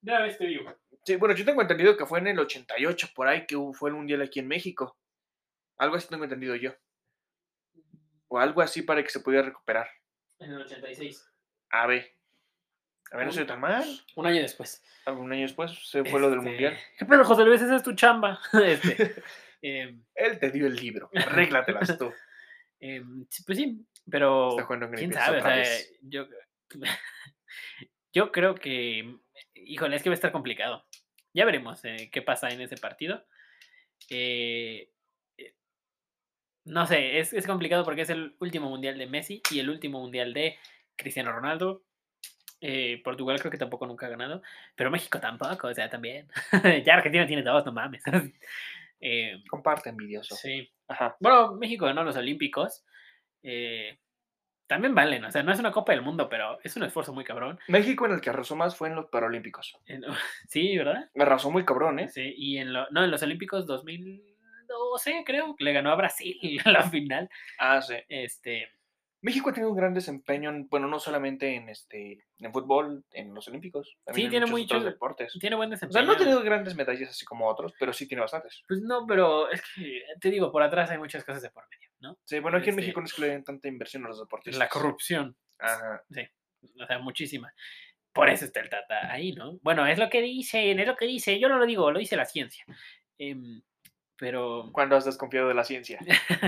S2: de una vez te digo.
S1: Sí, bueno, yo tengo entendido que fue en el 88 por ahí que hubo- fue el mundial aquí en México. Algo así tengo entendido yo. O algo así para que se pudiera recuperar.
S2: En el 86.
S1: A ver. A ver, no
S2: Mm.
S1: soy tan mal.
S2: Un año después.
S1: Algún año después se fue lo del
S2: Este,
S1: mundial.
S2: ¿Qué pedo, José Luis? Esa es tu chamba. Este, em,
S1: Él te dio el libro. Arréglatelas tú.
S2: em, sí, pues sí, pero.
S1: Está jugando en
S2: ¿Quién
S1: Greenpeace
S2: sabe? O
S1: otra
S2: sea,
S1: vez.
S2: yo, yo creo que. mm, Híjole, es que va a estar complicado. Ya veremos eh, qué pasa en ese partido. Eh, eh, no sé, es, es complicado porque es el último mundial de Messi y el último mundial de Cristiano Ronaldo. Eh, Portugal creo que tampoco nunca ha ganado, pero México tampoco, o sea, también. ya Argentina tiene dos, no mames. Eh,
S1: Comparte, envidioso.
S2: sí.
S1: Ajá.
S2: Bueno, México ganó los Olímpicos. eh, también valen, o sea, no es una Copa del Mundo, pero es un esfuerzo muy cabrón.
S1: México en el que arrasó más fue en los Paralímpicos.
S2: En- sí, ¿verdad?
S1: Arrasó muy cabrón, ¿eh?
S2: Sí, y en, lo- no, en los Olímpicos 2012, creo, le ganó a Brasil la final.
S1: Ah, sí.
S2: Este,
S1: México ha tenido un gran desempeño, en- bueno, no solamente en este en fútbol, en los Olímpicos, también
S2: Sí,
S1: en
S2: tiene
S1: muchos
S2: mucho-
S1: otros deportes.
S2: Tiene buen
S1: O
S2: desempeño.
S1: sea, no ha tenido grandes medallas así como otros, pero sí tiene bastantes.
S2: Pues no, pero es que te digo, por atrás hay muchas cosas de por medio, ¿no?
S1: Sí, bueno, aquí en
S2: Este-
S1: México no es que le den tanta inversión a los deportistas.
S2: La corrupción,
S1: Ajá.
S2: o sea, muchísima. Por eso está el Tata ahí, ¿no? Bueno, es lo que dicen, es lo que dice. Yo no lo digo, lo dice la ciencia. Em, pero.
S1: ¿Cuándo has desconfiado de la ciencia?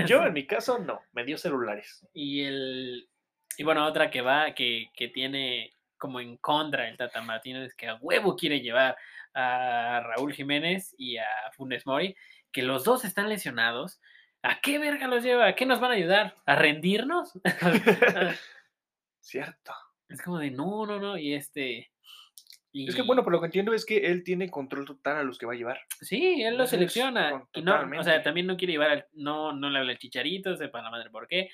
S1: Yo, en mi caso, no. Me dio celulares.
S2: Y el. Y bueno, otra que va, que, que tiene como en contra el Tata Martino es que a huevo quiere llevar a Raúl Jiménez y a Funes Mori, que los dos están lesionados. ¿A qué verga los lleva? ¿A qué nos van a ayudar? ¿A rendirnos?
S1: Cierto.
S2: es como de no, no, no. Y este.
S1: Es que,
S2: y-
S1: bueno, por lo que entiendo es que él tiene control total a los que va a llevar.
S2: Sí, él lo
S1: Entonces,
S2: selecciona.
S1: pues, con-
S2: Y no, o
S1: totalmente.
S2: sea, también no quiere llevar al. No, no le habla al chicharito, sepa la madre por qué.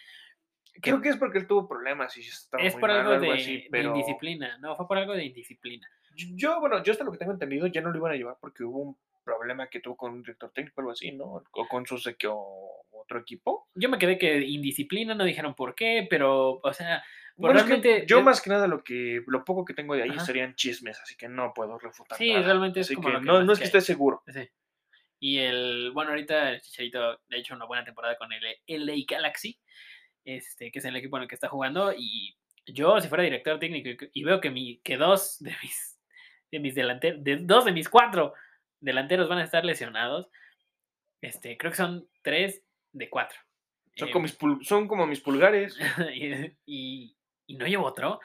S1: Creo que es porque él tuvo problemas y estaba
S2: Es
S1: muy
S2: por
S1: mal
S2: algo,
S1: o
S2: de,
S1: así,
S2: de
S1: pero...
S2: indisciplina. No, fue por algo de indisciplina.
S1: Yo, bueno, yo hasta lo que tengo entendido, ya no lo iban a llevar porque hubo un problema que tuvo con un director técnico o algo así, ¿no? O con sus equi- o otro equipo.
S2: Yo me quedé que indisciplina, no dijeron por qué, pero, o sea, Pues
S1: Bueno, es que
S2: realmente
S1: yo
S2: es-
S1: más que nada lo que lo poco que tengo de ahí
S2: Ajá.
S1: serían chismes, así que no puedo refutar
S2: sí,
S1: nada.
S2: realmente es
S1: así
S2: como
S1: que
S2: lo que
S1: no,
S2: más
S1: no es que
S2: hay.
S1: esté seguro.
S2: Sí. Y el, bueno, ahorita el Chicharito ha hecho una buena temporada con el LA Galaxy, este, que es el equipo en el que está jugando. Y yo, si fuera director técnico y que- y veo que, mi, que dos de mis, de mis delanteros, de, dos de mis cuatro delanteros van a estar lesionados, este, creo que son tres de cuatro.
S1: Son,
S2: Em,
S1: como mis pul- son como mis pulgares.
S2: y, y- y no llevo otro.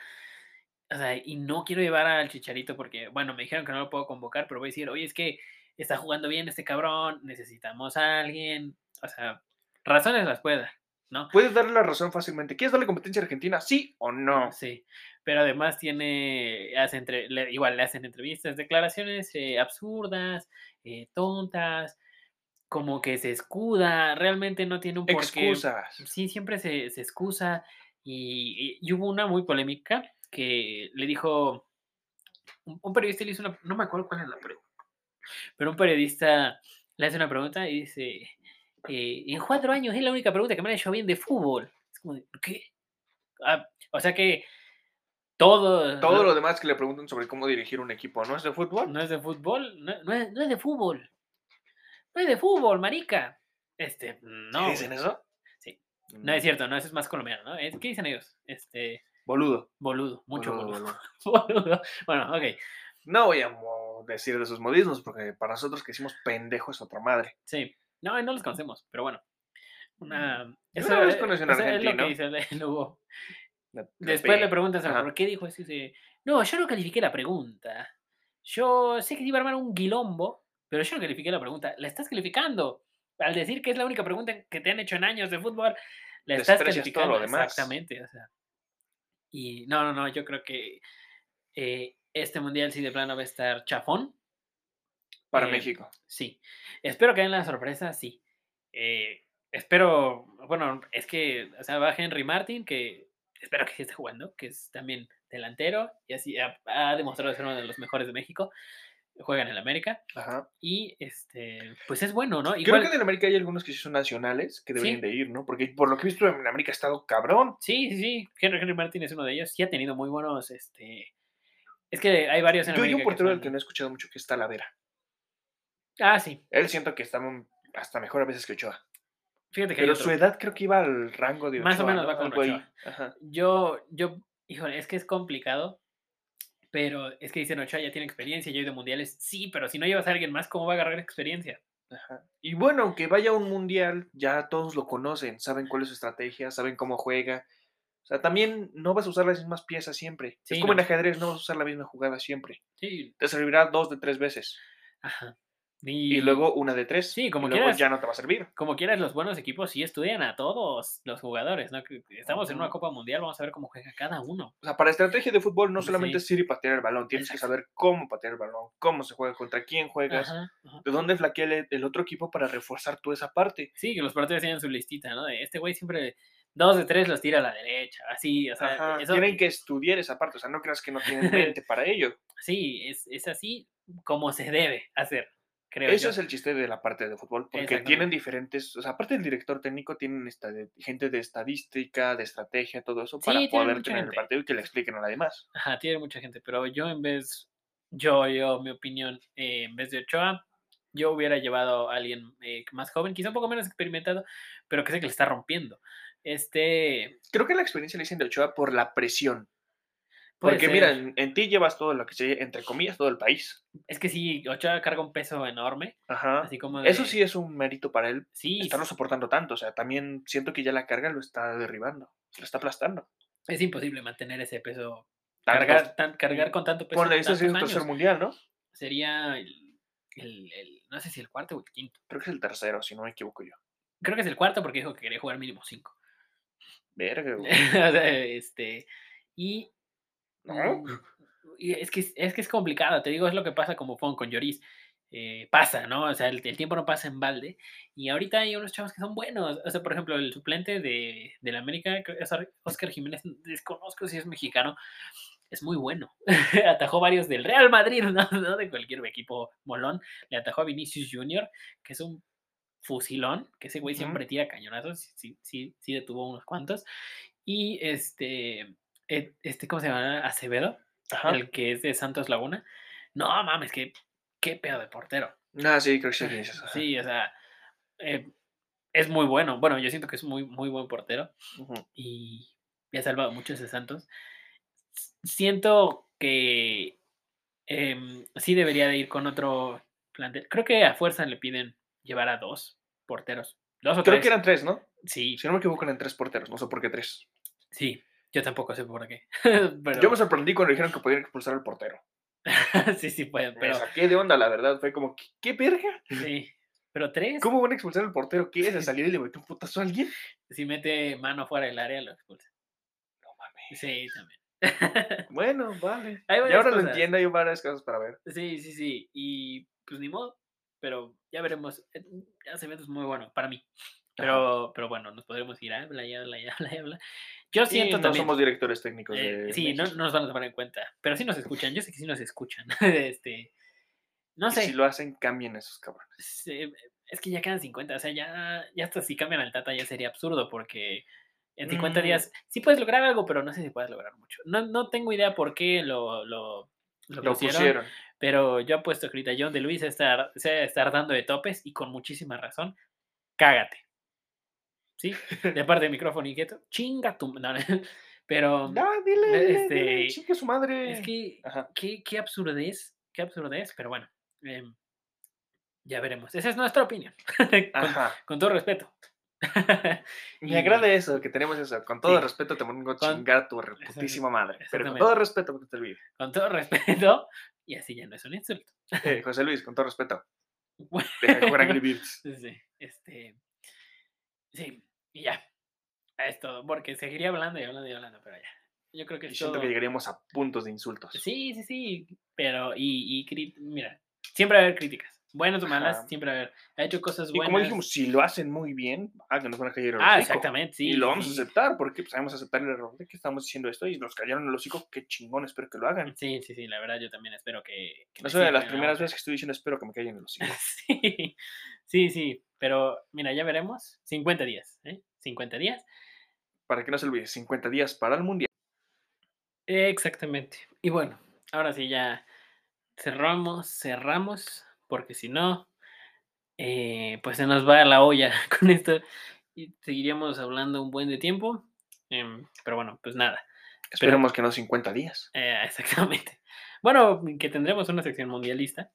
S2: O sea, y no quiero llevar al Chicharito porque, bueno, me dijeron que no lo puedo convocar, pero voy a decir, oye, es que está jugando bien este cabrón, necesitamos a alguien. O sea, razones las pueda
S1: Puedes darle la razón fácilmente. ¿Quieres darle competencia a Argentina? ¿Sí o no?
S2: Sí, pero además tiene, hace entre, le- igual le hacen entrevistas, declaraciones eh, absurdas, eh, tontas, como que se escuda, realmente no tiene un porqué.
S1: Excusas.
S2: Sí, siempre se, se excusa y, y- y hubo una muy polémica que le dijo, un, un periodista le hizo una, no me acuerdo cuál era la pregunta, pero un periodista le hace una pregunta y dice, eh, en cuatro años es la única pregunta que me han hecho bien de fútbol. Es como, de, ¿qué? Ah, o sea que todo...
S1: Todo lo demás que le preguntan sobre cómo dirigir un equipo, ¿no es de fútbol?
S2: No es de fútbol, no, no es, no es de fútbol. No es de fútbol, marica. Este, no.
S1: ¿Sí ¿Dicen
S2: güey.
S1: eso? Mm,
S2: Sí. No es cierto, no, eso es más colombiano, ¿no? Es- ¿Qué dicen ellos? Este...
S1: Boludo.
S2: Boludo, mucho
S1: boludo,
S2: boludo.
S1: boludo.
S2: boludo. Bueno, ok,
S1: No voy a mo- decir de sus modismos, porque para nosotros que hicimos pendejo es otra madre.
S2: sí. No, no los conocemos, pero bueno. Una,
S1: Mm. Yo una vez
S2: eh,
S1: conocí a un
S2: eso es lo que
S1: argentino.
S2: dice el- el Hugo.
S1: La- la
S2: Después le
S1: pegué.
S2: preguntas a
S1: Ajá.
S2: por qué dijo eso y dice, no, yo no califiqué la pregunta. Yo sé que te iba a armar un guilombo, pero yo no califiqué la pregunta. La estás calificando. Al decir que es la única pregunta que te han hecho en años de fútbol, la estás
S1: Desprecias todo
S2: calificando.
S1: lo demás.
S2: Exactamente. O sea. Y no, no, no, yo creo que eh, este mundial sí de plano va a estar chafón.
S1: Para
S2: eh,
S1: México.
S2: Sí. Espero que den la sorpresa, sí. Eh, espero, bueno, es que, o sea, va Henry Martin, que espero que sí esté jugando, que es también delantero y así ha, ha demostrado ser uno de los mejores de México. Juega en el América
S1: Ajá.
S2: y este, pues es bueno, ¿no?
S1: Creo que en América hay algunos que sí son nacionales que deberían
S2: Sí.
S1: de ir, ¿no? Porque por lo que he visto en América ha estado cabrón.
S2: Sí, sí, sí. Henry, Henry Martin es uno de ellos y ha tenido muy buenos, este. Es que hay varios en
S1: Yo hay
S2: América
S1: un
S2: que
S1: portero del que
S2: son-
S1: no he escuchado mucho que es Talavera.
S2: Ah, sí.
S1: Él siento que está un- hasta mejor a veces que Ochoa.
S2: Fíjate que hay
S1: Pero
S2: otro.
S1: su edad creo que iba al rango de Ochoa.
S2: Más o menos
S1: ¿no?
S2: va con
S1: Algo ahí.
S2: Ochoa.
S1: Ajá.
S2: Yo, yo, híjole, es que es complicado, pero es que dicen Ochoa ya tiene experiencia, yo he ido a mundiales, sí, pero si no llevas a alguien más, ¿cómo va a agarrar experiencia?
S1: Ajá. Y bueno, aunque vaya a un mundial, ya todos lo conocen, saben cuál es su estrategia, saben cómo juega. O sea, también no vas a usar las mismas piezas siempre.
S2: Sí,
S1: es como
S2: no.
S1: en ajedrez, no vas a usar la misma jugada siempre.
S2: Sí,
S1: Te servirá dos de tres veces.
S2: ajá.
S1: Y,
S2: Y,
S1: luego una de tres.
S2: Sí, como
S1: y luego
S2: quieras.
S1: ya no te va a servir.
S2: como quieras, los buenos equipos sí estudian a todos los jugadores, ¿no? Que- que Estamos en una
S1: Ujú.
S2: Copa Mundial, vamos a ver cómo juega cada uno.
S1: O sea, para estrategia de fútbol no
S2: Sí.
S1: solamente es ir y patear el balón, tienes que saber cómo patear el balón, cómo se juega, contra quién juegas,
S2: Ajá, ajá.
S1: de dónde flaquea el, el otro equipo para reforzar tú esa parte.
S2: Sí, que los partidos tienen su listita, ¿no? De este güey siempre dos de tres los tira a la derecha, así, o sea,
S1: Ajá,
S2: eso-
S1: Tienen que estudiar esa parte, o sea, no creas que no tienen mente para ello.
S2: sí, es, es así como se debe hacer. creo
S1: Eso
S2: yo.
S1: es el chiste de la parte de fútbol, porque tienen
S2: Exactamente.
S1: diferentes, o sea, aparte del director técnico, tienen esta de- gente de estadística, de estrategia, todo eso, para
S2: Sí, tienen
S1: poder
S2: mucha
S1: tener el
S2: gente.
S1: partido y que le expliquen a la demás.
S2: Ajá, tiene mucha gente, pero yo en vez, yo, yo, mi opinión, eh, en vez de Ochoa, yo hubiera llevado a alguien eh, más joven, quizá un poco menos experimentado, pero que sé que le está rompiendo. Este,
S1: Creo que la experiencia le dicen de Ochoa por la presión.
S2: puede
S1: porque mira,
S2: ser.
S1: en, en ti llevas todo lo que se, entre comillas, todo el país.
S2: es que sí, Ochoa carga un peso enorme,
S1: Ajá.
S2: así como
S1: Ah, Eso
S2: de-
S1: sí es un mérito para él,
S2: sí,
S1: estarlo soportando tanto. O sea, también siento que ya la carga lo está derribando, lo está aplastando.
S2: es imposible mantener ese peso,
S1: Tantos-
S2: cargar, tan- cargar con tanto peso.
S1: por de eso ha sido un
S2: pues, tantos
S1: tercer
S2: años.
S1: mundial, ¿no?
S2: Sería el, el- el- no sé si el cuarto o el quinto.
S1: Creo que es el tercero, si no me equivoco yo.
S2: Creo que es el cuarto porque dijo que quería jugar mínimo cinco.
S1: Verga,
S2: O
S1: güey.
S2: sea, este, y
S1: ¿No?
S2: Mm, y es que es, es que es complicado, te digo, es lo que pasa como Fon con Lloris. eh, pasa, ¿no? O sea, el, el tiempo no pasa en balde. Y ahorita hay unos chavos que son buenos. O sea, por ejemplo, el suplente de, del América, creo que es Or- Oscar Jiménez, desconozco si es mexicano, es muy bueno. atajó varios del Real Madrid, ¿no? No de cualquier equipo molón. Le atajó a Vinicius Jr., que es un fusilón, que ese güey
S1: Ujú.
S2: siempre tira cañonazos, sí, sí, sí, sí detuvo unos cuantos. Y este, eh, este, ¿cómo se llama? Acevedo
S1: Ajá.
S2: el que es de Santos Laguna. No mames, qué, qué pedo de portero.
S1: Ah, sí, creo que sí. dices, ajá.
S2: Sí, o sea, eh, es muy bueno. Bueno, yo siento que es muy, muy buen portero
S1: Ujú.
S2: y y ha salvado muchos de Santos. S- Siento que em, sí debería de ir con otro plantel. Creo que a fuerza le piden llevar a dos porteros. Dos o
S1: Creo
S2: tres.
S1: que eran tres, ¿no?
S2: Sí,
S1: Si no me equivoco, eran tres porteros. No sé por qué tres.
S2: sí. Yo tampoco sé por qué. pero,
S1: Yo me sorprendí cuando dijeron que podían expulsar al portero.
S2: sí, sí pueden,
S1: Me
S2: pero
S1: saqué de onda, la verdad. Fue como, ¿qué, qué verga?
S2: sí. Pero tres.
S1: ¿Cómo van a expulsar al portero? ¿Qué es? ¿Se salió y le metió un putazo a alguien?
S2: si mete mano fuera del área, lo expulsa.
S1: No mames.
S2: Sí, también.
S1: Bueno, vale.
S2: Hay
S1: Y
S2: varias
S1: ahora lo
S2: cosas.
S1: entiendo, hay varias cosas para ver.
S2: Sí, sí, sí. Y pues ni modo. Pero ya veremos. Eh, Acevedo es muy bueno para mí. Pero, pero bueno, nos podremos ir a habla y habla y habla y habla. Yo
S1: Y
S2: siento
S1: no
S2: también.
S1: somos directores técnicos.
S2: eh,
S1: de
S2: sí, no,
S1: México.
S2: no nos van a tomar en cuenta. Pero sí nos escuchan. Yo sé que sí nos escuchan. este, no
S1: Y
S2: sé.
S1: Si lo hacen, cambien esos cabrones.
S2: se- es que ya quedan 50, o sea, ya, ya hasta si cambian al Tata ya sería absurdo porque en 50
S1: Mm.
S2: días sí puedes lograr algo, pero no sé si puedes lograr mucho. No, no tengo idea por qué lo, lo, lo
S1: Lo
S2: pusieron,
S1: pusieron.
S2: pero yo apuesto que ahorita John de Luis estar, se va a estar dando de topes y con muchísima razón, cágate. ¿Sí? De parte del micrófono inquieto, chinga tu... no, no, pero
S1: No, "Ah, dile, dile,
S2: Este,
S1: dile, chingue su madre.
S2: es que
S1: Ajá.
S2: qué, qué absurdez, qué absurdez, pero bueno, em, ya veremos. Esa es nuestra opinión. Con-
S1: Ajá.
S2: con todo respeto.
S1: Me
S2: Y-
S1: agrada eso, que tenemos eso. Con todo
S2: Sí.
S1: respeto te pongo a
S2: Con-
S1: chingar tu reputísima madre. Pero con
S2: exactamente.
S1: todo respeto, que te olvides.
S2: con todo respeto. Y así ya no es un insulto.
S1: Eh, José Luis, con todo respeto.
S2: Bueno.
S1: Deja de jugar Angry Birds.
S2: Sí, este. Sí, y ya. Es todo. Porque seguiría hablando y hablando y hablando, pero ya. Yo creo que
S1: Y
S2: es
S1: siento
S2: todo.
S1: que llegaríamos a puntos de insultos.
S2: Sí, sí, sí. Pero, y, y cri- mira, siempre va a haber críticas. Buenas o malas,
S1: Ajá.
S2: siempre va a haber. Ha hecho cosas
S1: y
S2: buenas.
S1: como dijimos, si lo hacen muy bien, ah, que nos van a caer el
S2: ah,
S1: hocico.
S2: exactamente, sí.
S1: y lo vamos
S2: sí,
S1: a aceptar, porque pues, sabemos aceptar el error de que estamos diciendo esto y nos cayeron los hocico. Qué chingón, espero que lo hagan.
S2: Sí, sí, sí, la verdad yo también espero que... Mm, que me
S1: Es una de
S2: sigan
S1: las
S2: la
S1: primeras
S2: onda.
S1: veces que estoy diciendo espero que me caigan el hocico.
S2: Sí, sí, sí, pero mira, ya veremos. 50 días, ¿eh? 50 días.
S1: Para que no se olvide, 50 días para el mundial.
S2: Exactamente. Y bueno, ahora sí ya cerramos, cerramos, porque si no, eh, pues se nos va la olla con esto y seguiríamos hablando un buen de tiempo. em, pero bueno, pues nada,
S1: Esperemos que no 50 días.
S2: eh, exactamente. Bueno, que tendremos una sección mundialista.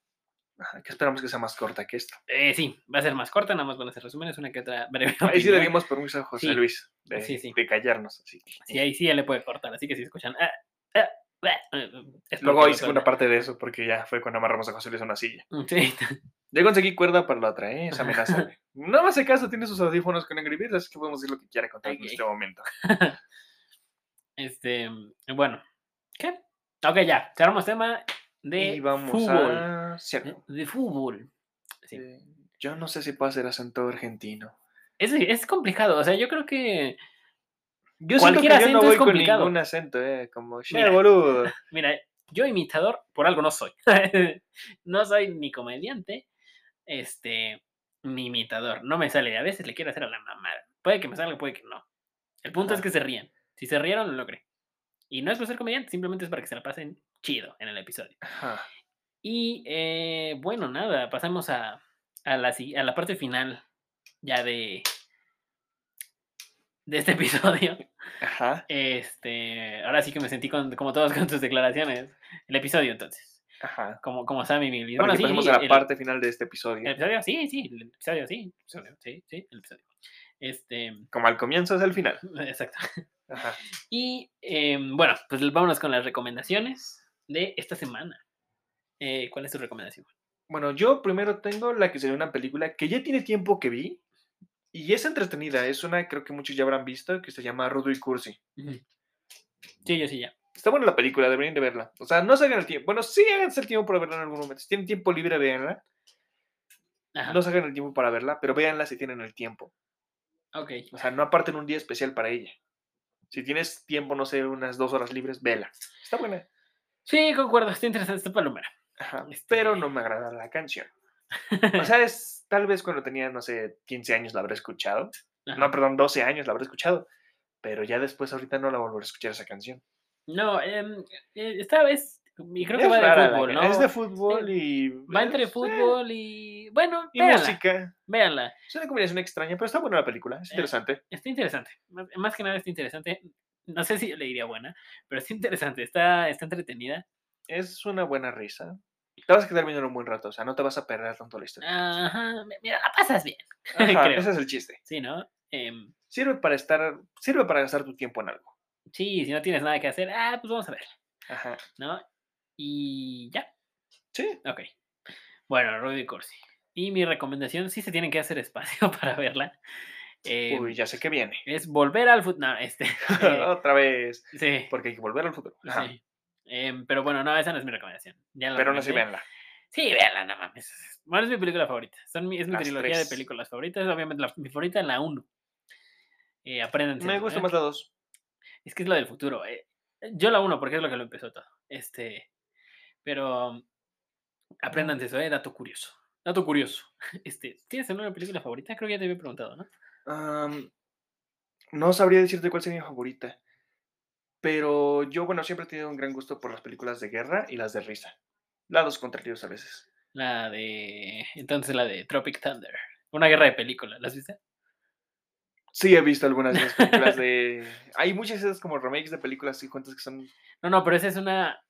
S1: Ajá, que esperamos que sea más corta que esto.
S2: Eh, sí, va a ser más corta, nada más van a ser resúmenes, una que otra breve.
S1: Ah, Ahí sí le
S2: opinión.
S1: dimos permiso a José
S2: Sí,
S1: Luis de,
S2: sí, sí.
S1: de callarnos. Así que-
S2: Sí, ahí sí ya le puede cortar, así que si escuchan. "Ah, ah, ah", eh, es
S1: Luego
S2: porque
S1: hay segunda
S2: lo suelta.
S1: parte de eso, porque ya fue cuando amarramos a José Luis a una silla.
S2: Mm, Sí,
S1: Yo conseguí cuerda para la otra, ¿eh? Esa amenaza. güey. no más de caso, tiene sus audífonos con Angry Birds, así que podemos decir lo que quiera contar en
S2: Ok.
S1: este momento.
S2: este, bueno. ¿Qué? Ok, ya, cerramos tema de
S1: Y vamos
S2: fútbol.
S1: a...
S2: eh,
S1: Cierto.
S2: De fútbol. Sí.
S1: Eh, Yo no sé si puedo hacer acento argentino.
S2: Es, es complicado, o sea, yo creo que.
S1: Yo
S2: Cualquier
S1: siento que yo no
S2: acento es
S1: voy con
S2: complicado.
S1: ningún acento, ¿eh? Como, ya,
S2: Mira.
S1: boludo.
S2: Mira, yo imitador por algo no soy. no soy ni comediante, este, mi imitador. No me sale. A veces le quiero hacer a la mamada. Puede que me salga, puede que no. El punto
S1: Ajá.
S2: es que se rían. Si se rieron, lo logré. Y no es por ser comediante, simplemente es para que se la pasen chido en el episodio.
S1: Ajá.
S2: Y eh, bueno, nada, pasamos a, a, la, si- a la parte final ya de, de este episodio.
S1: Ajá.
S2: Este, ahora sí que me sentí con- como todos con tus declaraciones. El episodio entonces,
S1: Ajá.
S2: como, como Sammy Milly.
S1: Ahora
S2: Bueno,
S1: que
S2: sí,
S1: pasemos a la
S2: el-
S1: parte final de este episodio.
S2: el episodio, sí, sí, el episodio, sí, el episodio, sí, sí, el episodio. Este,
S1: Como al comienzo es el final.
S2: exacto.
S1: Ajá.
S2: Y em, bueno, pues vámonos con las recomendaciones de esta semana. Eh, ¿Cuál es tu recomendación?
S1: Bueno, yo primero tengo la que sería una película que ya tiene tiempo que vi y es entretenida. Es una, creo que muchos ya habrán visto, que se llama Rudo y Cursi.
S2: Ujú. Sí, yo sí, ya.
S1: Está buena la película, deberían de verla. O sea, no se hagan el tiempo. Bueno, sí háganse el tiempo para verla en algún momento. Si tienen tiempo libre, véanla.
S2: Ajá.
S1: No se hagan el tiempo para verla, pero véanla si tienen el tiempo.
S2: Ok.
S1: O sea, no aparten un día especial para ella. Si tienes tiempo, no sé, unas dos horas libres, vela. Está buena.
S2: Sí, concuerdo, está interesante, está palomera.
S1: Ajá,
S2: Este-
S1: Pero no me agrada la canción. O sea, es tal vez cuando tenía, no sé, 15 años la habré escuchado.
S2: Ajá.
S1: No, perdón, 12 años la habré escuchado. Pero ya después, ahorita no la volveré a escuchar esa canción.
S2: No, em, eh, esta vez, y creo que
S1: Es
S2: va
S1: rara la
S2: de fútbol,
S1: ca-
S2: ¿no?
S1: Es de fútbol y.
S2: Va entre
S1: es, eh,
S2: fútbol y. Bueno,
S1: Y
S2: véanla,
S1: música.
S2: véanla.
S1: Es una combinación extraña, pero está buena la película. Es
S2: Eh,
S1: interesante.
S2: Está interesante. Más, más que nada está interesante. No sé si yo le diría buena, pero está interesante, está, está entretenida.
S1: Es una buena risa. Te vas a quedar viendo un buen rato, o sea, no te vas a perder tanto la historia.
S2: Ajá, mi- mira, la pasas bien.
S1: Ajá,
S2: creo.
S1: ese es el chiste.
S2: Sí, ¿no? Em,
S1: Sirve para estar, sirve para gastar tu tiempo en algo.
S2: sí, si no tienes nada que hacer, ah, pues vamos a verla,
S1: Ajá.
S2: ¿no? Y ya.
S1: Sí.
S2: Ok. Bueno, Rudy Corsi. Y mi recomendación, sí se tienen que hacer espacio para verla. eh,
S1: Uy, ya sé que viene.
S2: Es volver al fútbol. No, este. eh,
S1: Otra vez.
S2: sí.
S1: Porque hay que volver al futuro. Ajá.
S2: sí. Em, pero bueno, no, esa no es mi recomendación. Ya la
S1: Pero no sé,
S2: recomendé.
S1: véanla.
S2: Sí, véanla, no mames. Bueno, es mi película favorita. Son mi- es mi
S1: Las
S2: trilogía
S1: tres.
S2: de películas favoritas. Obviamente, la- mi favorita es la 1. Eh, apréndanse
S1: Me
S2: eso,
S1: gusta
S2: ¿eh?
S1: más la dos.
S2: Es que es lo del futuro. eh. Yo la uno porque es lo que lo empezó todo. Este, pero mm, aprendan eso, eh, dato curioso. Dato curioso. Este, ¿tienes alguna película favorita? Creo que ya te había preguntado, ¿no?
S1: Am, no sabría decirte cuál sería mi favorita. Pero yo, bueno, siempre he tenido un gran gusto por las películas de guerra y las de risa. Lados contrarios a veces.
S2: La de entonces la de Tropic Thunder, una guerra de películas, ¿las viste?
S1: Sí, he visto algunas de esas películas de. Hay muchas de esas como remakes de películas y cuentas que son.
S2: No, no, pero esa es una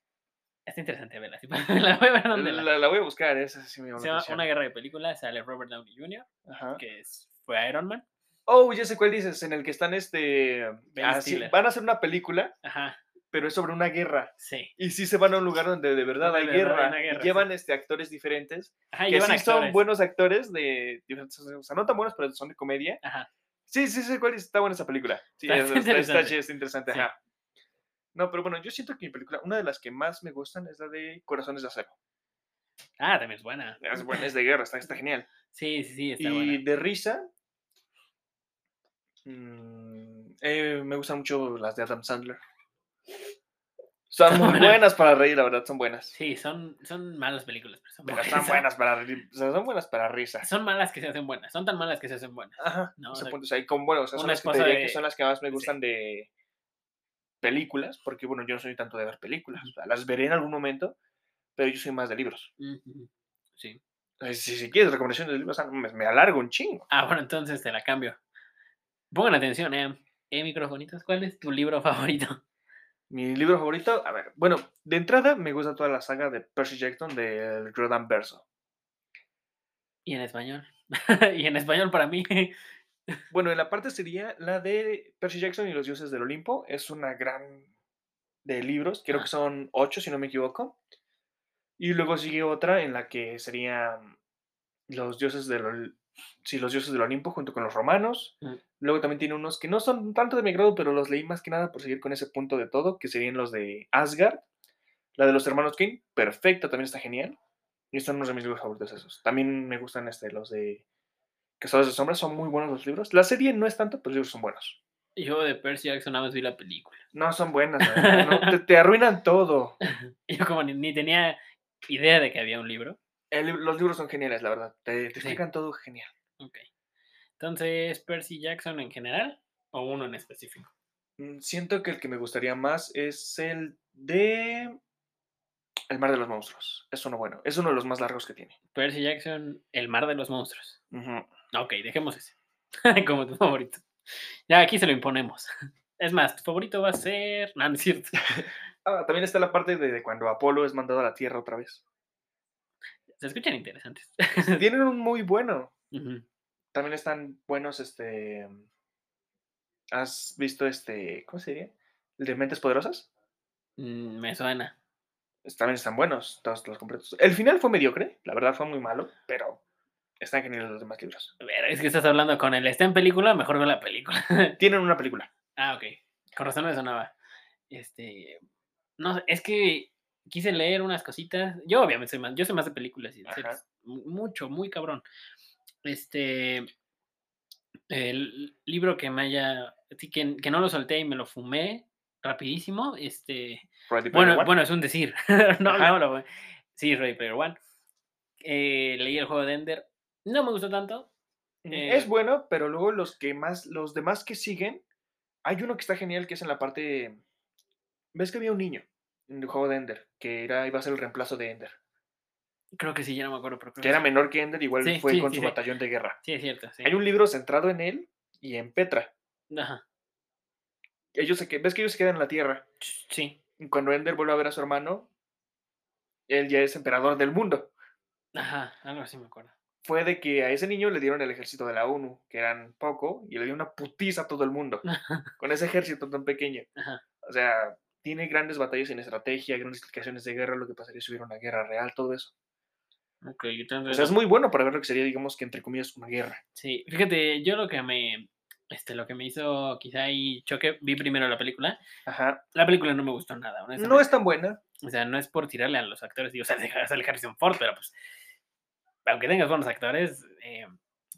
S2: está interesante verla, sí, la voy a ver dónde la-
S1: La, la voy a buscar, esa sí me llama
S2: Se
S1: la
S2: llama Una
S1: atención. Ah.
S2: guerra de películas, sale Robert Downey Jr.,
S1: Ajá.
S2: que es- fue Iron Man.
S1: Oh, ya sé cuál dices, en el que están este. ah, sí,
S2: Stiller.
S1: van a hacer una película,
S2: Ajá,
S1: pero es sobre una guerra.
S2: sí.
S1: Y sí se van a un lugar donde de verdad
S2: Donde
S1: hay
S2: de verdad hay
S1: guerra.
S2: una
S1: y
S2: guerra, sí.
S1: llevan este, actores diferentes.
S2: Ajá, y
S1: que sí
S2: llevan
S1: son
S2: actores.
S1: buenos actores de diferentes. O sea, no tan buenos, pero son de comedia.
S2: Ajá.
S1: Sí, sí, sí, cuál es, está buena esa película. Sí,
S2: Está
S1: es- está, está
S2: interesante.
S1: chida, está interesante.
S2: Sí.
S1: ajá. No, pero bueno, yo siento que mi película, una de las que más me gustan es la de Corazones de Acero.
S2: Ah, también es buena.
S1: Es, buena, es de guerra, está, está genial.
S2: Sí, sí, sí, está
S1: y
S2: buena.
S1: de risa. mm, eh, me gustan mucho las de Adam Sandler. Son
S2: Son
S1: muy
S2: buenas.
S1: buenas para reír, la verdad, son buenas.
S2: Sí, son, son malas películas, pero son
S1: Pero
S2: buenas.
S1: están buenas para ri- o sea, son buenas para risa.
S2: Son malas que se hacen buenas, son tan malas que se hacen buenas.
S1: Ajá.
S2: No,
S1: ese
S2: de-
S1: punto, o sea, y con- bueno, o sea, son
S2: una
S1: las que te
S2: esposa
S1: diría que
S2: de-
S1: son las que más me
S2: sí.
S1: gustan de películas, porque bueno, yo no soy tanto de ver películas. o sea, las veré en algún momento, pero yo soy más de libros.
S2: Ujú. Sí.
S1: O sea, Si, si quieres recomendaciones de libros, ah, me, me alargo un chingo.
S2: Ah, bueno, entonces te la cambio. Pongan atención, eh. Eh, microfonitos, ¿cuál es tu libro favorito?
S1: Mi libro favorito, a ver, bueno, de entrada me gusta toda la saga de Percy Jackson del Jordan Verso.
S2: Y en español. y en español para mí.
S1: Bueno, en la parte sería la de Percy Jackson y los dioses del Olimpo. Es una gran de libros, creo
S2: Ah.
S1: que son ocho, si no me equivoco. Y luego sigue otra en la que sería mm, los dioses del, Ol- sí, los dioses del Olimpo junto con los romanos.
S2: Mm.
S1: Luego también tiene unos que no son tanto de mi grado, pero los leí más que nada por seguir con ese punto de todo, que serían los de Asgard. La de los hermanos King, perfecta, también está genial. Y son unos de mis libros favoritos esos. También me gustan este, los de Cazadores de Sombras, son muy buenos los libros. La serie no es tanto, pero los libros son buenos.
S2: Yo de Percy Jackson nada más vi la película.
S1: No, son buenas, la verdad, no, te, te arruinan todo.
S2: Yo como ni, ni tenía idea de que había un libro.
S1: El- los libros son geniales, la verdad. Te, te
S2: Sí.
S1: explican todo genial.
S2: Ok. Entonces, Percy Jackson en general o uno en específico.
S1: Mm, Siento que el que me gustaría más es el de El mar de los monstruos. Es uno bueno. Es uno de los más largos que tiene.
S2: Percy Jackson, El mar de los monstruos.
S1: Ujú.
S2: Ah, Ok, dejemos ese. Como tu favorito. Ya aquí se lo imponemos. Es más, tu favorito va a ser. No, no es cierto.
S1: Ah, también está la parte de, de cuando Apolo es mandado a la Tierra otra vez.
S2: Se escuchan interesantes.
S1: Tienen un muy bueno.
S2: Ujú.
S1: También están buenos, este... ¿Has visto este... ¿Cómo se diría? ¿El de Mentes Poderosas?
S2: Mm, me suena.
S1: Es- También están buenos, todos los completos. El final fue mediocre, la verdad fue muy malo, pero están geniales los demás libros.
S2: A ver, es que estás hablando con él. Está en película, mejor veo la película.
S1: Tienen una película.
S2: Ah, ok. Con razón me sonaba. Este. No, sé, es que quise leer unas cositas. Yo, obviamente, soy más, yo soy más de películas y de
S1: Ajá.
S2: series. mu- Mucho, muy cabrón. Este. El libro que me haya. sí, que, que no lo solté y me lo fumé rapidísimo. Este.
S1: Ready Player
S2: Bueno,
S1: One.
S2: bueno, es un decir. no,
S1: Ajá.
S2: no, no, Sí, Ready Player One. Eh, leí el juego de Ender. No me gustó tanto.
S1: Mm,
S2: eh,
S1: Es bueno, pero luego los que más, los demás que siguen, hay uno que está genial que es en la parte. ¿Ves que había un niño en el juego de Ender? Que era, iba a ser el reemplazo de Ender.
S2: Creo que sí, ya no me acuerdo. Pero creo
S1: Que
S2: que
S1: era
S2: sí.
S1: menor que Ender, igual
S2: Ah. Sí,
S1: fue
S2: sí,
S1: con
S2: sí,
S1: su
S2: sí.
S1: batallón de guerra.
S2: Sí, es cierto. Sí.
S1: Hay un libro centrado en él y en Petra.
S2: Ajá.
S1: Ellos se que- ¿Ves que ellos se quedan en la tierra?
S2: Sí.
S1: Y Cuando Ender vuelve a ver a su hermano, él ya es emperador del mundo.
S2: Ajá, algo así me acuerdo.
S1: Fue de que a ese niño le dieron el ejército de la ONU, que eran poco, y le dio una putiza a todo el mundo. con ese ejército tan pequeño.
S2: Ajá.
S1: O sea, tiene grandes batallas en estrategia, grandes explicaciones de guerra, lo que pasaría si hubiera una guerra real, todo eso.
S2: Ok, entonces,
S1: O sea, es muy bueno para ver lo que sería, digamos, que entre comillas, una guerra.
S2: sí, fíjate, yo lo que me, este, lo que me hizo quizá ahí choque, vi primero la película.
S1: Ajá.
S2: La película no me gustó nada,
S1: No
S2: honestamente.
S1: es tan buena.
S2: O sea, no es por tirarle a los actores, digo, o sea, sale Harrison Ford, pero pues, aunque tengas buenos actores, eh,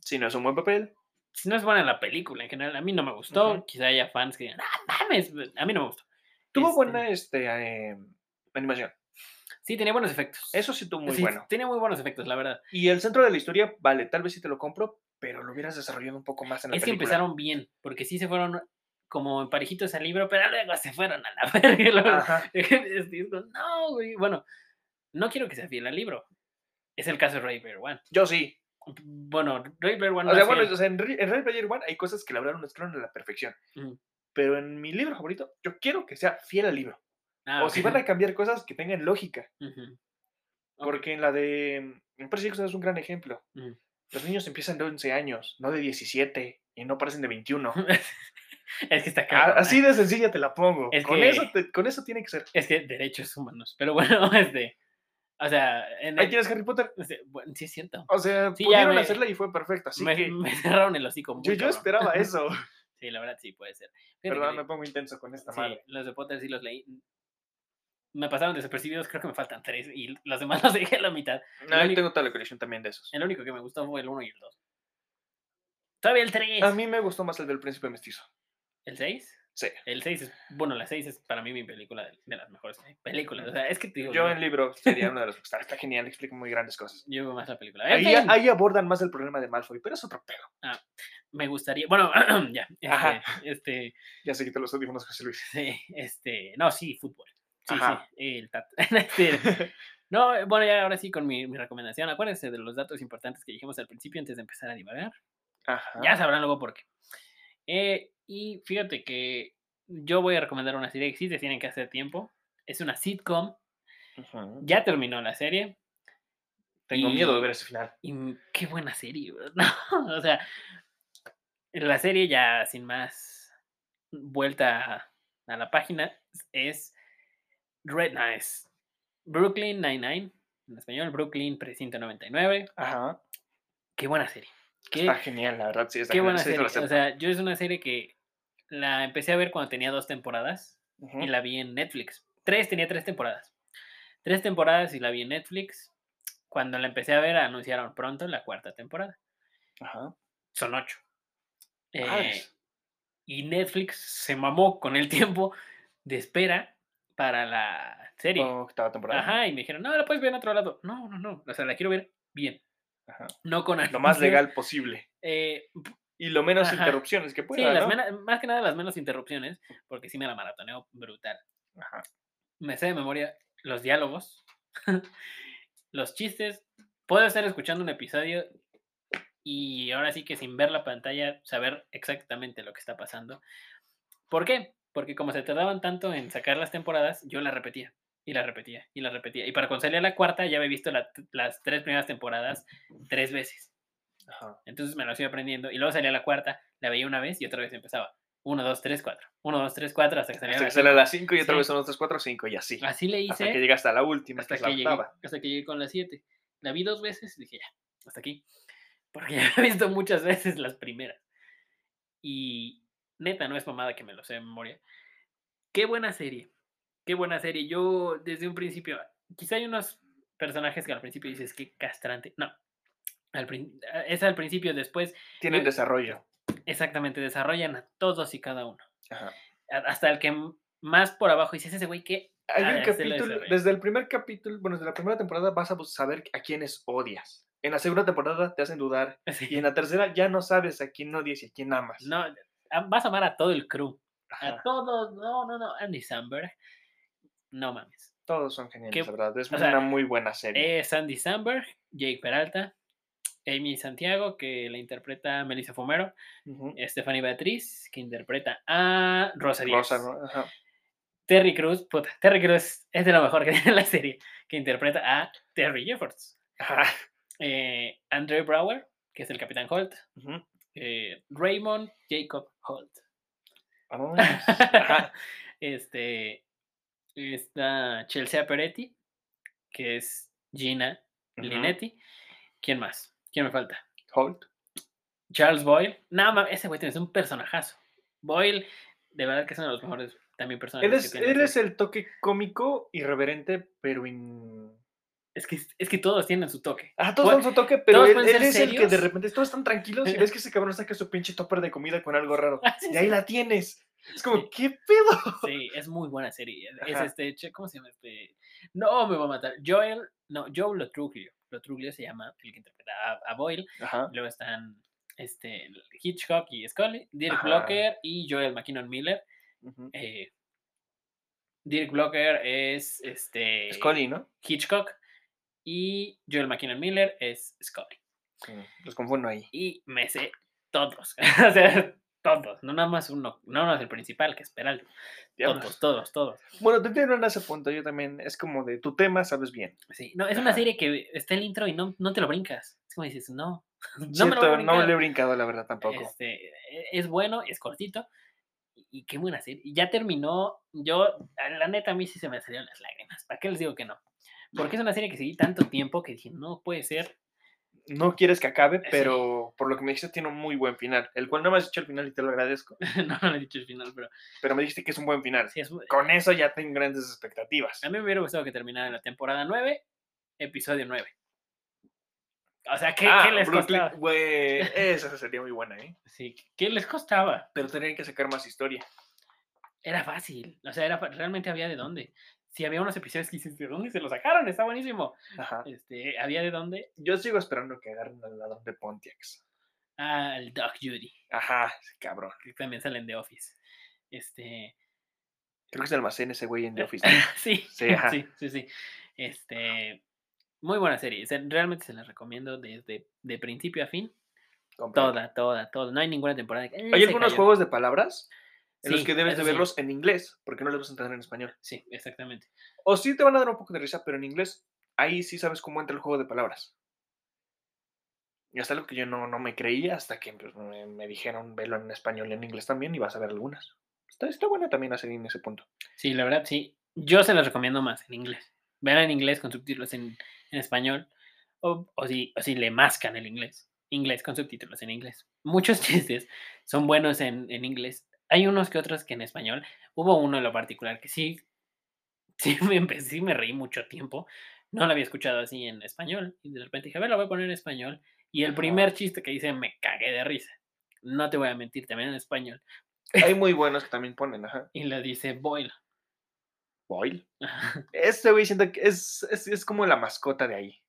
S1: Si no es un buen papel.
S2: si no es buena la película en general, a mí no me gustó.
S1: Ujú.
S2: Quizá haya fans que digan, ah, mames, a mí no me gustó.
S1: Tuvo
S2: Este,
S1: buena este, eh, animación.
S2: Sí, tenía buenos efectos.
S1: Eso sí tuvo muy
S2: Sí,
S1: bueno.
S2: Tenía muy buenos efectos, la verdad.
S1: Y el centro de la historia, vale, tal vez sí te lo compro, pero lo hubieras desarrollado un poco más en la
S2: Es que
S1: película.
S2: empezaron bien, porque sí se fueron como en parejitos al libro, pero luego se fueron a la verga. y luego-
S1: Ajá.
S2: es disco, no, güey. Bueno, no quiero que sea fiel al libro. Es el caso de Ray Bear One.
S1: Yo sí.
S2: Bueno, Ray Bear One.
S1: O
S2: no
S1: sea,
S2: es
S1: bueno,
S2: fiel.
S1: o sea, en, Re- en Ready Player One hay cosas que lograron mezclaron a la perfección.
S2: Ujú.
S1: Pero en mi libro favorito, yo quiero que sea fiel al libro.
S2: Ah,
S1: o si
S2: ok.
S1: van a cambiar cosas que tengan lógica.
S2: Ujú. Ok. Mm.
S1: Porque en la de. Me parece que eso es un gran ejemplo.
S2: Ujú.
S1: Los niños empiezan de 11 años, no de 17, y no parecen de 21.
S2: es que está
S1: A-
S2: cabrón.
S1: Ah, Así de sencilla te la pongo.
S2: Es
S1: con,
S2: que-
S1: eso te- con eso tiene que ser.
S2: Es que derechos humanos. Pero bueno, este. O sea, en
S1: Ahí
S2: el-
S1: tienes Harry Potter.
S2: este, bueno, sí es cierto.
S1: O sea,
S2: Sí, ya
S1: pudieron
S2: me-
S1: hacerla y fue perfecta. Así
S2: Me,
S1: que
S2: me cerraron el hocico. muy
S1: yo, yo
S2: cabrón.
S1: esperaba eso.
S2: Sí, la verdad sí puede ser. Fíjate que
S1: Perdón,
S2: le-
S1: me pongo intenso con esta
S2: Sí,
S1: madre.
S2: los de Potter sí los leí. Me pasaron desapercibidos, creo que me faltan tres. Y los demás los dejé a la mitad.
S1: No, yo
S2: único-
S1: tengo toda la colección también de esos.
S2: El único que me gustó fue el 1 y el 2. Todavía el 3.
S1: A mí me gustó más el del príncipe mestizo.
S2: ¿El 6?
S1: Sí.
S2: El 6 es. Bueno, la 6 es para mí mi película de, de las mejores que hay. películas. O sea, es que te digo.
S1: Yo
S2: yo-
S1: en libro sería uno de los que está, está genial, explica muy grandes cosas.
S2: Yo veo más la película. En
S1: Ahí,
S2: fin,
S1: ahí abordan más el problema de Malfoy, pero es otro pedo.
S2: Me gustaría. Bueno, ya.
S1: Ajá.
S2: Este, este,
S1: Ya se quitó los audífonos, José Luis.
S2: sí, este. No, sí, fútbol. Sí,
S1: Ajá.
S2: sí. El tat. Este, No, eh, bueno, ya ahora sí con mi, mi recomendación. Acuérdense de los datos importantes que dijimos al principio antes de empezar a divagar.
S1: Ajá.
S2: Ya sabrán luego por qué. Eh, y fíjate que yo voy a recomendar una serie que sí te tienen que hacer tiempo. Es una sitcom.
S1: Ujú.
S2: Ya terminó la serie.
S1: Tengo miedo de
S2: y-
S1: ver ese final.
S2: Y m- qué buena serie. bro. No, o sea, la serie ya sin más vuelta a la página es Red Nice. Brooklyn 99, en español, Brooklyn 399.
S1: Ajá.
S2: Qué buena serie. Qué,
S1: Está genial, la verdad, sí. Está
S2: qué
S1: genial,
S2: buena
S1: sí, te
S2: serie.
S1: lo
S2: O
S1: acepto.
S2: sea, yo es una serie que la empecé a ver cuando tenía dos temporadas
S1: Ujú.
S2: y la vi en Netflix. Tres, tenía tres temporadas. Tres temporadas y la vi en Netflix. Cuando la empecé a ver, anunciaron pronto la cuarta temporada.
S1: Ajá.
S2: Son ocho. Eh,
S1: Madres.
S2: y Netflix se mamó con el tiempo de espera para la serie.
S1: octava temporada.
S2: Ajá, y me dijeron, no, la puedes ver en otro lado. No, no, no. O sea, la quiero ver bien.
S1: Ajá.
S2: No con
S1: Lo más
S2: anuncios,
S1: legal posible.
S2: eh,
S1: Y lo menos
S2: Ajá.
S1: interrupciones que
S2: sí,
S1: pueda,
S2: las
S1: ¿no?
S2: mena- más que nada las menos interrupciones, porque sí me la maratoneo brutal.
S1: Ajá.
S2: Me sé de memoria los diálogos, los chistes. Puedo estar escuchando un episodio y ahora sí que sin ver la pantalla saber exactamente lo que está pasando. ¿Por qué? Porque como se tardaban tanto en sacar las temporadas, yo las repetía y las repetía y las repetía. Y para cuando salía la cuarta ya había visto la- las tres primeras temporadas tres veces.
S1: Ajá.
S2: Entonces me las iba aprendiendo. Y luego salía la cuarta, la veía una vez y otra vez empezaba. 1, 2, 3, 4. 1, 2, 3, 4 hasta que salía
S1: Hasta que
S2: la
S1: sale a las 5 y otra
S2: Sí.
S1: vez son otras 4 o 5 y así.
S2: Así le hice
S1: hasta que llega hasta la última, que es la
S2: llegué,
S1: octava.
S2: hasta que llegué con la 7. La vi dos veces y dije, ya, hasta aquí. Porque ya la he visto muchas veces las primeras. Y neta, no es mamada que me lo sé de memoria. Qué buena serie. Qué buena serie. Yo desde un principio, quizá hay unos personajes que al principio dices, qué castrante. No. Al prin- es al principio, después
S1: Tienen
S2: Yo-
S1: desarrollo.
S2: Exactamente, desarrollan a todos y cada uno.
S1: Ajá.
S2: A- Hasta el que m- más por abajo dices, ese güey que...
S1: Hay
S2: Ah,
S1: un
S2: este lo
S1: capítulo,
S2: desarrollé.
S1: desde el primer capítulo, bueno, desde la primera temporada vas a bus- saber a quiénes odias. En la segunda temporada te hacen dudar y en la tercera ya no sabes a quién odias y a quién amas.
S2: No, ah, a- vas a amar a todo el crew. A
S1: Ajá,
S2: todos. No, no, no. Andy Samberg. No mames.
S1: Todos son geniales,
S2: que-
S1: la verdad. Es
S2: o
S1: una
S2: sea, eh,
S1: muy buena serie.
S2: Es Andy Samberg, Jake Peralta, Amy Santiago, que la interpreta Melissa Fumero,
S1: Ujú.
S2: Stephanie Beatriz, que interpreta a Rosa Díaz.
S1: Rosa, ¿no? Ajá.
S2: Terry Cruz, puta, Terry Cruz es de lo mejor que tiene la serie, que interpreta a Terry Jeffords.
S1: Ajá.
S2: eh, Andre Brower, que es el Capitán Holt,
S1: Ujú.
S2: eh, Raymond Jacob Holt.
S1: Vámonos. Ajá.
S2: este está Chelsea Peretti, que es Gina
S1: Ujú.
S2: Linetti. ¿Quién más? ¿Quién me falta?
S1: Holt.
S2: Charles Boyle. No, mames, ese güey es un personajazo. Boyle, de verdad que es uno de los mejores también personajes.
S1: Él
S2: Ah, que
S1: es,
S2: tiene la
S1: él es
S2: serie.
S1: el toque cómico, irreverente, pero... in-
S2: Es que, es que todos tienen su toque.
S1: Ajá, todos
S2: Bueno,
S1: dan su toque, pero
S2: todos
S1: él,
S2: pueden
S1: él
S2: ser
S1: es el que de
S2: serios.
S1: repente todos están tranquilos y ves que ese cabrón saca su pinche topper de comida con algo raro. Y ahí la tienes. Es como,
S2: Sí.
S1: ¿qué pedo?
S2: Ah, Sí, es muy buena serie. Es- Es
S1: Ajá.
S2: este, che- ¿cómo se llama este? No, me va a matar. Joel, no, Joe Lotruglio. Lotruglio se llama el que interpreta a, a Boyle.
S1: Ajá.
S2: Luego están este, Hitchcock y Scully, Dirk
S1: Ajá.
S2: Blocker y Joel McKinnon Miller. Eh, Dirk Blocker es este,
S1: Scully, ¿no?
S2: Hitchcock y Joel McKinnon Miller es Scully.
S1: Los confundo ahí.
S2: Y me sé todos, o sea, todos, no nada más uno, no nada más el principal que es Peralta. Todos,
S1: Diablos.
S2: todos, todos.
S1: Bueno, te entiendo en ese punto. Yo también. Es como de tu tema, sabes bien.
S2: Sí, no, es una
S1: Ajá.
S2: serie que está el intro y no, no te lo brincas. Es como dices, no, no me lo
S1: Cierto,
S2: voy a
S1: no
S2: brincar.
S1: le he brincado, la verdad, tampoco.
S2: Este, e- es bueno, es cortito. y- Y qué buena serie. Y Ya terminó. Yo, a la neta, a mí sí se me salieron las lágrimas. ¿Para qué les digo que no? Porque es una serie que seguí tanto tiempo que dije, no puede ser.
S1: No quieres que acabe,
S2: Sí.
S1: pero por lo que me dijiste, tiene un muy buen final. El cual no me has dicho el final y te lo agradezco.
S2: no, no le he dicho el final, pero
S1: Pero me dijiste que es un buen final.
S2: sí es. muy-
S1: Con eso ya tengo grandes expectativas.
S2: A mí me hubiera gustado que terminara en la temporada 9, episodio 9. O sea, ¿qué,
S1: Ah,
S2: qué les
S1: Brooklyn,
S2: costaba?
S1: güey, esa sería muy buena, ¿eh?
S2: Sí, ¿qué les costaba?
S1: Pero tenían que sacar más historia.
S2: era fácil. O sea, era, fa- realmente había de dónde. Si había unos episodios que dices, ¿de dónde se los sacaron? Está buenísimo.
S1: Ajá.
S2: Este, había de dónde
S1: Yo sigo esperando que agarren al ladrón de Pontiacs.
S2: al Doc Judy,
S1: Ajá, ese cabrón.
S2: que también salen de Office. Este,
S1: Creo que se almacena ese güey en
S2: Eh,
S1: The Office.
S2: sí,
S1: Sí, ajá.
S2: sí, sí, sí. Este, muy buena serie. se- realmente se la recomiendo desde de principio a fin.
S1: Cómpralo.
S2: Toda, toda, toda. No hay ninguna temporada. que, "Eh,
S1: Hay
S2: se
S1: algunos
S2: cayó".
S1: juegos de palabras en los
S2: Sí,
S1: que debes
S2: eso
S1: de
S2: sí,
S1: verlos en inglés, porque no les vas a entender en español.
S2: Sí, exactamente.
S1: O sí te van a dar un poco de risa, pero en inglés ahí sí sabes cómo entra el juego de palabras. Y hasta algo que yo no, no me creía hasta que pues, me, me dijeron velo en español y en inglés también y vas a ver algunas. Está, está buena también hacer en ese punto.
S2: Sí, la verdad, sí. Yo se las recomiendo más en inglés. Vean en inglés con subtítulos en, en español. O, o si, o si le mascan el inglés. Inglés con subtítulos en inglés. Muchos chistes son buenos en, en inglés. Hay unos que otros que en español. Hubo uno en lo particular que sí. Sí me, empe- sí me reí mucho tiempo. No lo había escuchado así en español. Y de repente dije, a ver, lo voy a poner en español. Y el
S1: Ajá.
S2: primer chiste que hice me cagué de risa. No te voy a mentir, también en español.
S1: Hay muy buenos que también ponen, ajá.
S2: Y le dice Boyle.
S1: Boyle. Este güey siento que es, es, es como la mascota de ahí.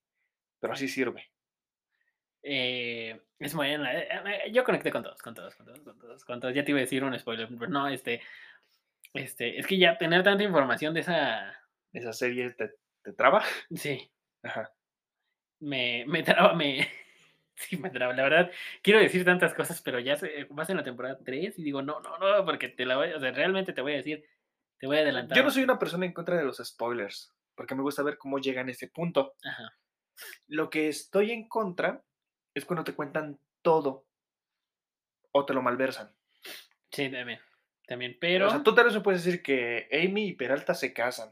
S1: Pero sí sirve.
S2: Eh, es buena. eh, eh, Yo conecté con todos, con todos, con todos, con todos, con todos. Ya te iba a decir un spoiler, pero no, este. Este, es que ya tener tanta información de esa.
S1: Esa serie te, te traba.
S2: Sí,
S1: Ajá.
S2: me, me traba, me. Sí, me traba. La verdad, quiero decir tantas cosas, pero ya se- vas en la temporada 3 y digo, no, no, no, porque te la voy. O sea, realmente te voy a decir, te voy a adelantar.
S1: Yo no soy una persona en contra de los spoilers, porque me gusta ver cómo llegan a ese punto.
S2: Ajá.
S1: Lo que estoy en contra es cuando te cuentan todo o te lo malversan.
S2: Sí, también. También, pero.
S1: O sea, tú tal vez me puedes decir que Amy y Peralta se casan.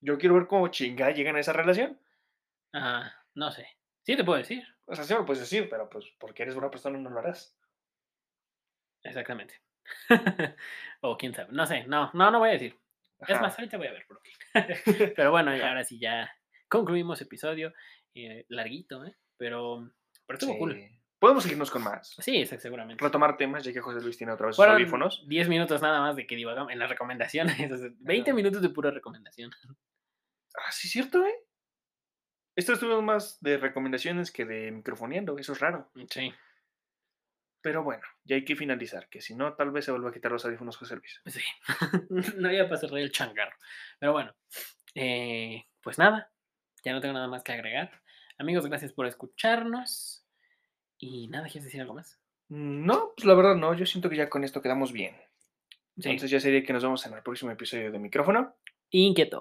S1: Yo quiero ver cómo chingada llegan a esa relación.
S2: Ajá, no sé. Sí, te puedo decir.
S1: O sea, sí me lo puedes decir, pero pues porque eres una persona no lo harás.
S2: Exactamente. o quién sabe. No sé, no, no, no voy a decir. Es
S1: Ajá.
S2: más, ahorita voy a ver por qué. Pero bueno, ya ahora sí ya concluimos episodio. eh, larguito, ¿eh? Pero, pero estuvo cool.
S1: Sí. Podemos seguirnos con más.
S2: Sí, exact- seguramente.
S1: Retomar temas, ya que José Luis tiene otra vez sus
S2: Fueron
S1: audífonos.
S2: 10 minutos nada más de que divagamos en las recomendaciones. o sea, 20
S1: Ajá.
S2: minutos de pura recomendación.
S1: Ah, sí, cierto, ¿eh? Esto estuvo más de recomendaciones que de microfoneando, eso es raro.
S2: Sí,
S1: Pero bueno, ya hay que finalizar, que si no, tal vez se vuelva a quitar los audífonos José Luis.
S2: pues sí. no iba a pasar el changarro. Pero bueno, eh, pues nada. Ya no tengo nada más que agregar. Amigos, gracias por escucharnos. Y nada, ¿quieres decir algo más?
S1: Mm, No, pues la verdad no, yo siento que ya con esto quedamos bien.
S2: Sí.
S1: Entonces ya sería que nos vemos en el próximo episodio de micrófono.
S2: Inquieto.